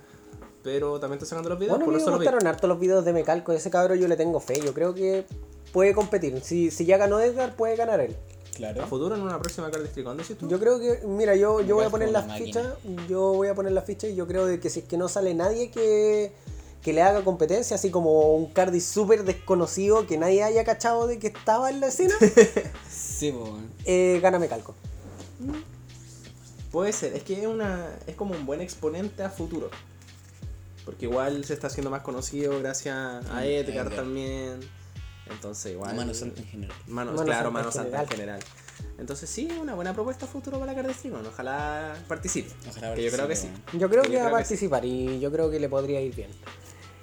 D: Pero también está sacando los videos,
F: Bueno, a
D: por
F: mí me
D: eso los vi.
F: gustaron harto los videos de Mecalco, ese cabro yo le tengo fe, yo creo que puede competir. Si, si ya ganó Edgar, puede ganar él.
D: A
E: Claro.
D: futuro en una próxima Card District, ¿dónde decís tú?
F: Yo creo que, mira, yo, yo voy a
E: Mecalco
F: poner
E: una
F: las fichas,
E: máquina.
F: yo voy a poner las fichas y yo creo de que si es que no sale nadie que, que le haga competencia, así como un Cardi súper desconocido que nadie haya cachado de que estaba en la escena,
E: Sí, po, weón.
F: eh, gana Mecalco.
D: Puede ser, es que es una es como un buen exponente a futuro. Porque igual se está haciendo más conocido gracias a
E: Mm,
D: Edgar
E: Edgar.
D: también. Entonces igual.
E: A mano santa en general.
D: Mano-
F: Mano
D: claro,
F: Santa
D: mano
F: en
D: santa en general. Entonces sí, una buena propuesta a futuro para Cardestrimon. Ojalá participe.
E: Ojalá
D: que yo creo que sí.
E: participe, weón.
F: Yo creo
D: Yo
F: que va a
D: creo que sí.
F: participar y yo creo que le podría ir bien.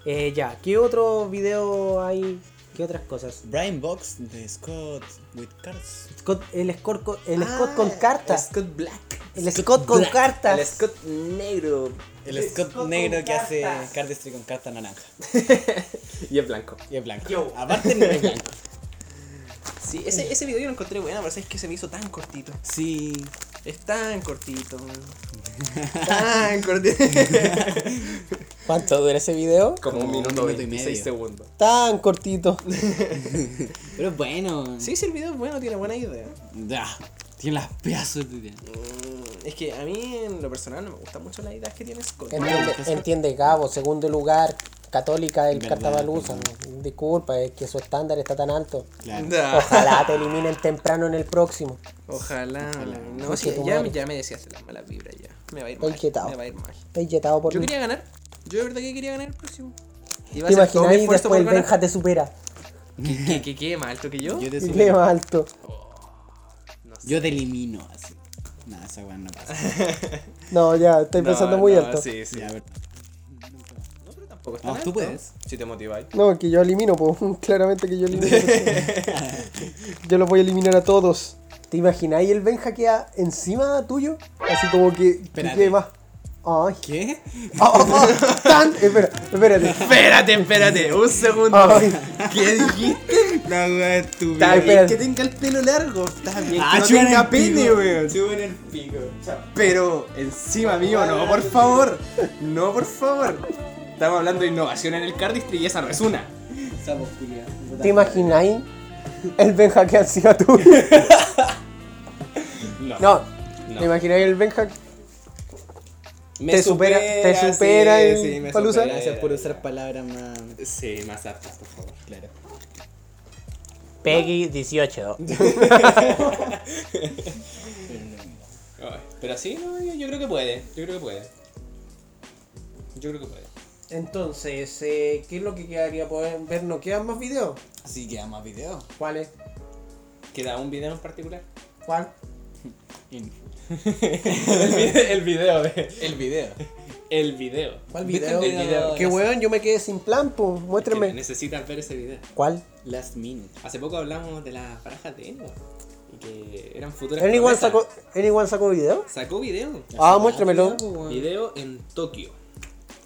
F: Eh, ya, ¿qué otro video hay? ¿Qué otras cosas?
E: Brian Box de Scott with Cards.
F: Scott- el Scott, con- el Scott con cartas.
D: Scott Black.
F: El Scott con cartas.
D: El Scott negro.
E: El Scott, negro que hace Card Street con carta naranja.
D: Y es blanco.
E: Y es blanco. Aparte no es blanco.
D: Sí, ese, ese video yo lo encontré bueno, pero es que se me hizo tan cortito.
E: Sí.
D: Es tan cortito. Tan cortito.
F: ¿Cuánto dura ese video?
D: Como un minuto,
E: minuto y
D: 26
E: medio.
D: segundos.
F: Tan cortito.
E: Pero es bueno.
D: Sí, sí, el video es bueno, tiene buena idea.
E: Ah, tiene las pedazos de idea.
D: Mm, Es que a mí, en lo personal, no me gustan mucho las ideas que tiene Scott.
F: Entiende, entiende, Gabo, segundo lugar, católica del
E: Verdad,
F: Cartabaluza. Disculpa, es que su estándar está tan alto.
E: Claro.
D: Nah.
F: Ojalá te eliminen temprano en el próximo.
D: Ojalá. No,
F: Conche
D: sí,
F: tu
D: ya,
F: madre.
D: ya me decías de las malas vibras ya. Me va a ir
F: Estoy
D: mal.
F: inquietado.
D: Me va a ir mal.
F: Está inyectado por
D: Yo
F: mí.
D: quería ganar. Yo de verdad que quería ganar el próximo. Iba
F: ¿Te
D: a hacer todo mi
F: imaginas y
D: esfuerzo
F: después
D: por
F: el
D: ganar.
F: Benja te supera?
D: Que, que, que quede más alto que yo.
E: Yo te,
F: Y
E: supe-
F: le va alto.
E: yo te elimino así. Nada, esa weá no pasa.
F: No, ya, estoy pensando muy
D: no,
F: alto.
D: Sí, sí.
E: Ya, a ver.
D: No, pero tampoco es
E: No,
D: tan
E: tú
D: alto.
E: puedes.
D: Si te motiváis.
F: No, que yo elimino, pues. Claramente que yo elimino. yo los voy a eliminar a todos. ¿Te imagináis el Benja queda encima tuyo? Así como que, que
E: Espérate.
F: quede más. Ay.
E: ¿Qué?
F: Ah, ah, ah, tan- Espera, espérate.
D: Espérate, espérate, un segundo.
F: Ay.
C: Ah.
D: ¿Qué dijiste?
E: La weá estúpida.
D: Está bien
F: espérate.
D: que tenga el pelo largo, está bien
E: Ah,
D: que no
E: chupa en el
D: tenga pene,
E: pico.
D: weón. en el pico. Pero encima mío, no, por favor. No, por favor. Estamos hablando de innovación en el cardistry y esa no es una.
E: Esa postura.
F: ¿Te imagináis
C: El Benja que ansía tú.
D: No.
C: No.
D: No.
C: ¿Te imaginas el Benja?
D: Me
C: te supera- te
D: sí,
C: supera el
D: me
C: Palusa.
D: supera,
E: Gracias por usar palabras más.
D: Sí, más aptas, por favor, claro.
G: Peggy 18.
D: Ay, Pero sí, no, yo, yo creo que puede. Yo creo que puede. Yo creo que puede.
F: Entonces, eh, ¿qué es lo que quedaría? ¿Pueden ver? ¿No quedan más videos?
E: Así que más videos.
F: ¿Cuáles?
D: ¿Queda un video en particular?
F: ¿Cuál?
D: el, video, el video de.
E: El video.
D: El video.
F: ¿Cuál
E: ¿Viste
F: video?
D: el video?
F: Que weón, yo me quedé sin plan, pues.
D: Que
F: Muéstrenme.
D: necesitas ver ese video.
F: ¿Cuál?
E: Last minute.
D: Hace poco hablamos de las barajas de Ender. Y que eran futuras.
F: ¿Anyone
D: promesas.
F: sacó, ¿Anyone sacó video?
D: Sacó video.
F: Ah, muéstremelo.
D: Video en Tokio.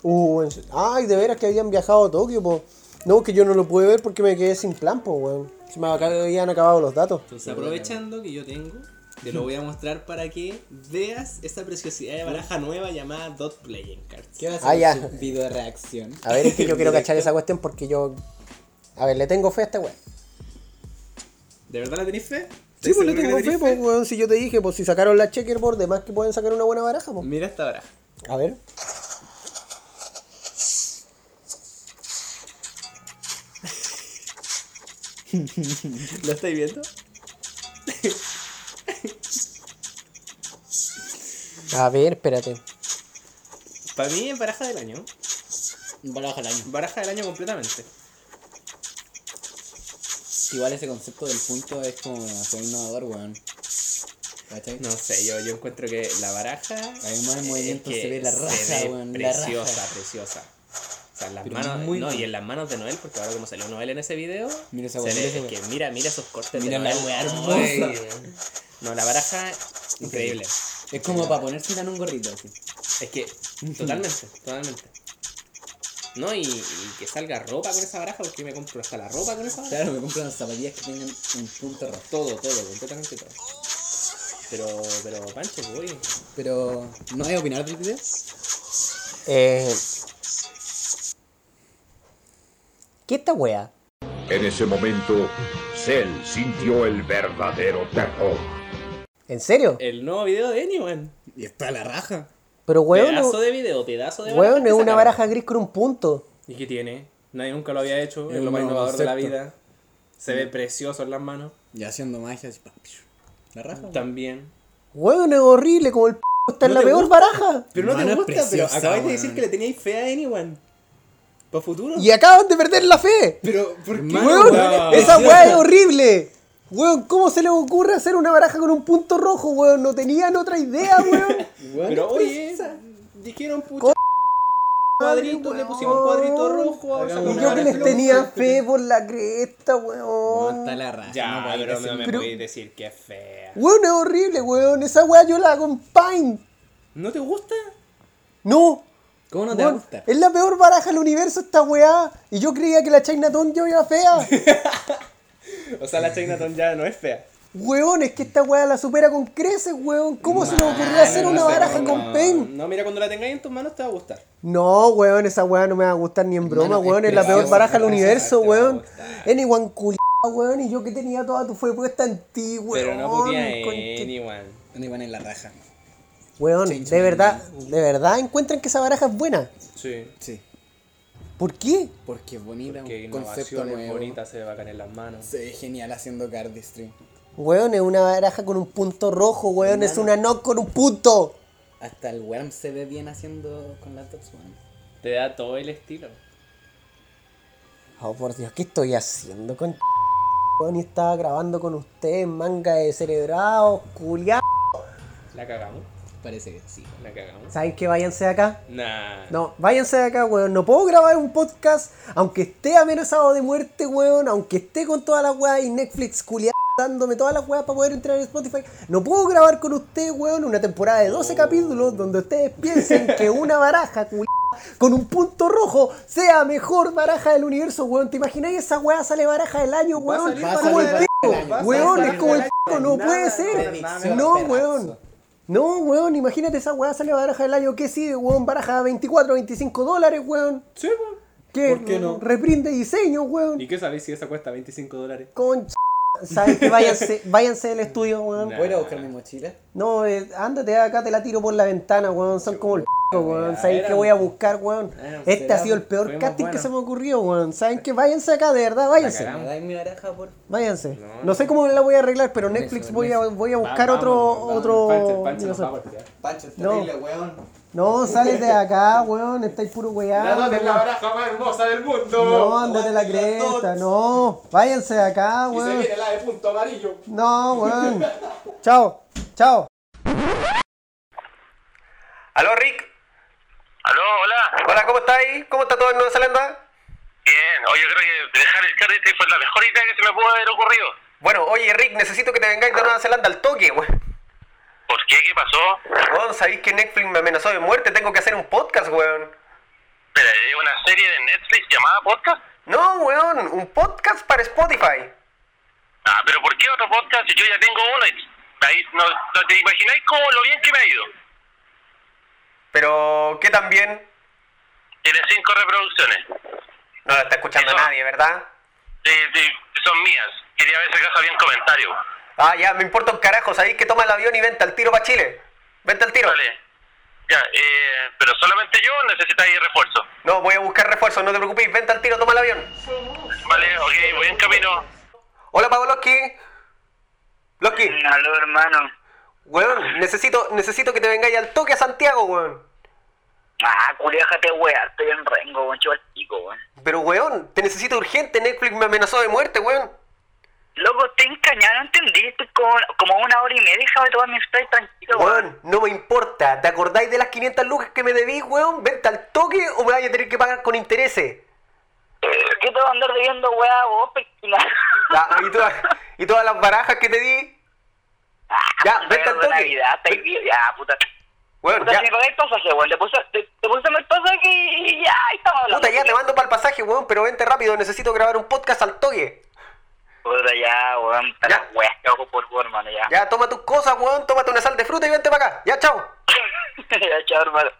F: Uh, en serio. ay, de veras que habían viajado a Tokio, po. No, que yo no lo pude ver porque me quedé sin plan, po, weón. Se me acá- habían acabado los datos.
D: Entonces, aprovechando que yo tengo, te lo voy a mostrar para que veas esta preciosidad de baraja nueva llamada Dot Playing Cards.
E: ¿Qué va a
F: Ah, ya.
E: ser su video reacción?
F: A ver, es que yo quiero cachar esa cuestión porque yo. A ver, le tengo fe a este weón.
D: ¿De verdad la tenéis fe?
F: Sí, pues le
D: ¿Estáis
F: tengo
D: seguro que
F: fe,
D: tenéis
F: pues, weón. Si yo te dije, pues si sacaron la checkerboard, de más que pueden sacar una buena baraja, pues.
D: Mira esta baraja.
F: A ver.
D: ¿Lo estáis viendo?
F: A ver, espérate.
D: Para mí es baraja del año.
E: Baraja el año.
D: Baraja del año completamente.
E: Igual ese concepto del punto es como demasiado innovador, weón. ¿Cachai?
D: No sé, yo, yo encuentro que la baraja.
E: Además, en
D: eh,
E: movimiento
D: que
E: se ve la raja,
D: ve
E: weón, la
D: Preciosa,
E: raja.
D: preciosa. O sea, en las
E: Pero
D: manos,
E: muy
D: no,
E: bien.
D: y en las manos de Noel, porque ahora como salió Noel en ese video,
E: Mira esa
D: se
E: weá,
D: le-
E: mira esa
D: es
E: weá.
D: que mira, mira esos cortes
E: Mira
D: de
E: la
D: Noel,
E: weá
D: hermosa.
E: hermosa.
D: No, la baraja, increíble.
E: Es como para ponérsela en un gorrito así.
D: Es que, totalmente, totalmente. No, y, y que salga ropa con esa baraja, porque yo me compro hasta la ropa con esa baraja.
E: Claro, me compran las zapatillas que tengan un punto rojo.
D: Todo, todo, completamente todo. Pero, pero, Pancho, voy.
E: Pero, ¿no hay opinar del video?
F: Eh... ¿Qué esta wea?
J: En ese momento, Cell sintió el verdadero terror.
F: ¿En serio?
D: El nuevo video de Eni, weón.
E: Y está la raja.
F: Pero weón,
D: pedazo
F: no-
D: de video, pedazo de baraja
F: weón
D: que
F: es una
D: sacaron.
F: baraja gris con un punto.
D: ¿Y qué tiene? Nadie nunca lo había hecho, es
E: El
D: lo más
E: nuevo
D: innovador de la
E: concepto.
D: vida. Se ve precioso en las manos.
E: Y haciendo magia así, pa, piu. La
D: Mm.
E: raja.
D: También.
F: Weón es horrible, como el p... Está en
D: ¿No
F: la
D: te
F: peor
D: gusta?
F: baraja.
D: Pero no
E: Mano,
D: te
E: es
D: gusta, pero
E: preciosa,
D: acabáis de
E: weón.
D: decir que le tenías fe a Anyone. ¿Para futuro?
F: Y acaban de perder la fe.
D: Pero, ¿por qué?
F: Weón,
D: weón?
F: esa weá es horrible. Weón, ¿cómo se les ocurre hacer una baraja con un punto rojo, weón? No tenían otra idea, weón.
D: Pero oye, dijeron puta. Cuadrito, le pusimos un cuadrito rojo. vamos a
E: Hagamos
F: Y
D: sacar
F: yo
E: una
F: que
D: baraja
F: les
D: con-
F: tenía fe por la cresta, weón.
E: No, está la raja.
D: Ya,
E: no puede
D: pero
E: ser.
D: no me
F: Pero-
D: podéis decir que es fea.
F: Weón, es horrible, weón. Esa weá yo la hago en Paint.
D: ¿No te gusta?
F: No.
E: ¿Cómo no te va a
F: weón,
E: gustar?
F: es la peor baraja del universo esta weá. Y yo creía que la Chinatown yo era fea.
D: O sea, la Chinatown ya no es fea.
F: weón, es que esta weá la supera con creces, weón. ¿Cómo se nos ocurrió hacer
D: No,
F: una
D: no,
F: baraja
D: no,
F: con
D: no.
F: Paint?
D: No, mira, cuando la tengáis en tus manos te va a gustar.
F: No, weón, esa weá no me va a gustar ni en broma,
E: Hermano,
F: weón.
E: es
F: Es la peor
E: preciosa,
F: baraja del
D: esa
F: universo,
D: parte me va a
F: weón.
D: gustar.
F: Anyone cul weón. Y yo que tenía toda tu fe puesta en ti, weón.
D: Pero no podía
F: Conche-
D: anyone.
E: ¿Dónde van en la raja?
F: Weón,
E: Change
F: de
E: my
F: verdad, de verdad encuentran que esa baraja es buena.
D: Sí.
E: Sí.
F: ¿Por qué?
E: Porque es bonita,
D: Que
E: un concepto
D: innovación es
E: nuevo.
D: bonita, se ve bacán en las manos.
E: Se ve genial haciendo cardistry.
F: Weón, es una baraja con un punto rojo, weón, es una no con un punto.
E: Hasta el worm se ve bien haciendo con las dos weón.
D: Te da todo el estilo.
F: Oh, por Dios, ¿qué estoy haciendo con Weón, y estaba grabando con ustedes, manga de cerebrados, culiados.
D: La cagamos,
E: Parece que sí.
D: la cagamos.
F: ¿Saben qué? Váyanse de acá.
D: Nah.
F: No, váyanse de acá, weón. No puedo grabar un podcast, aunque esté amenazado de muerte, weón, aunque esté con todas las weas y Netflix culiado dándome todas las weas para poder entrar en Spotify. No puedo grabar con ustedes, weón, una temporada de 12 capítulos donde ustedes piensen que una baraja culiada con un punto rojo sea mejor baraja del universo, weón. ¿Te imagináis esa wea sale baraja del año, weón?
E: salir baraja
F: como el
E: del
F: pico,
E: año, va a salir
F: weón, es
E: baraja
F: como el
E: del
F: pico, no
E: Nada,
F: puede
E: no,
F: ser.
E: predicción,
F: No,
E: perrazo.
F: weón. No, weón, imagínate esa weá sale baraja del año. ¿Qué sigue, weón? Baraja a 24, 25 dólares, weón.
D: Sí, po.
F: ¿Qué?
D: ¿Por qué no?
F: Reprint de diseño,
D: ¿Y
F: weón.
D: qué sabéis si esa cuesta 25 dólares?
F: Concha,
K: ¿Sabes qué? Váyanse, váyanse del estudio, weón.
F: Nah.
B: Voy a ir a buscar mi mochila.
K: No, eh, ándate acá, te la tiro por la ventana, weón. Son como el p, weón. ¿Saben
F: era-
K: qué voy a buscar, weón?
F: Era-
K: Este ha
F: será-
K: sido el peor
F: fuimos
K: casting que
F: buenos.
K: se me ocurrió, weón. ¿Saben qué? Váyanse acá, de verdad, váyanse.
F: cagamos.
B: ¿Me dais mi baraja, por
K: Váyanse.
F: No,
K: No sé cómo la voy a arreglar, pero Netflix voy a, voy a buscar
F: Va-
K: otro...
F: vámonos, vámonos.
K: otro...
F: Pancho, Pancho
K: no
F: nos
K: sé.
F: va a golpear.
B: Pancho, es
K: No.
B: terrible, weón.
K: No, sales de acá, weón, estáis puro
C: La
K: weá.
C: dona es la baraja más hermosa del
K: No,
C: mundo.
K: ándate la cresta, no. Váyanse de
C: y
K: acá,
C: se
K: weón.
C: viene la de punto amarillo.
K: No, weón. Chao, chao.
L: Aló, Rick. Aló, hola.
K: Hola, ¿cómo estáis? ¿Cómo está todo en Nueva Zelanda?
L: Bien, oye, creo que dejar el carrete fue la mejor idea que se me pudo haber ocurrido.
K: Bueno, oye, Rick, necesito que te vengáis de Nueva Zelanda al toque, weón.
L: ¿Por qué? ¿Qué pasó?
K: Weón, sabéis que Netflix me amenazó de muerte, tengo que hacer un podcast, weón.
L: Espera, ¿es una serie de Netflix llamada podcast?
K: No, weón, un podcast para Spotify.
L: Ah, pero ¿por qué otro podcast si yo ya tengo uno? y Ahí, no, no ¿Te imagináis cómo lo bien que me ha ido?
K: Pero, ¿qué también?
L: Tiene cinco reproducciones.
K: No la está escuchando
L: Eso.
K: nadie, ¿verdad?
L: De- de- son mías. Quería ver si acaso había un comentario.
K: Ah, ya, me importa un carajo, sabéis que toma el avión y vente al tiro para Chile. Vente al tiro.
L: Vale. Ya, eh, pero solamente yo o necesitáis refuerzo.
K: No, voy a buscar refuerzos, no te preocupéis, vente al tiro, toma el avión.
L: Vale, ok, voy en camino.
K: Hola, Pavlovsky. Loki,
L: Aló, hermano.
K: weón, necesito, necesito que te vengáis al toque a Santiago, weón.
L: Ah, culiájate, wea. Estoy en Rengo, weón. al pico, weón.
K: Pero, weón, te necesito urgente, Netflix me amenazó de muerte, weón.
L: Loco, estoy encañado, entendí. Estoy como, como una hora y media, déjame tomar mi spray tranquilo,
K: Weón, no me importa, ¿te acordáis de las 500 lucas que me debís, weón? Vente al toque o me vais a tener que pagar con intereses.
L: Eh, ¿Qué te va a andar debiendo, weá, vos, pechina?
K: Ah, y, todas, y todas las barajas que te di. Ya, vente al toque.
L: Ah, Navidad, estáis bien, ya, puta.
K: Weón,
L: Puta,
K: ya.
L: si me pagáis el pasaje, weón. Te puse, te, te puse el pasaje y ya, ahí estamos hablando.
K: Puta, ya te mando para el pasaje, weón, pero vente rápido, necesito grabar un podcast al toque.
L: Puta, ya, weón. Para
K: Ya.
L: las weas que hago por vos, hermano, ya.
K: Ya, toma tus cosas, weón, tómate una sal de fruta y vente para acá. Ya, chao.
L: ya, chao, hermano.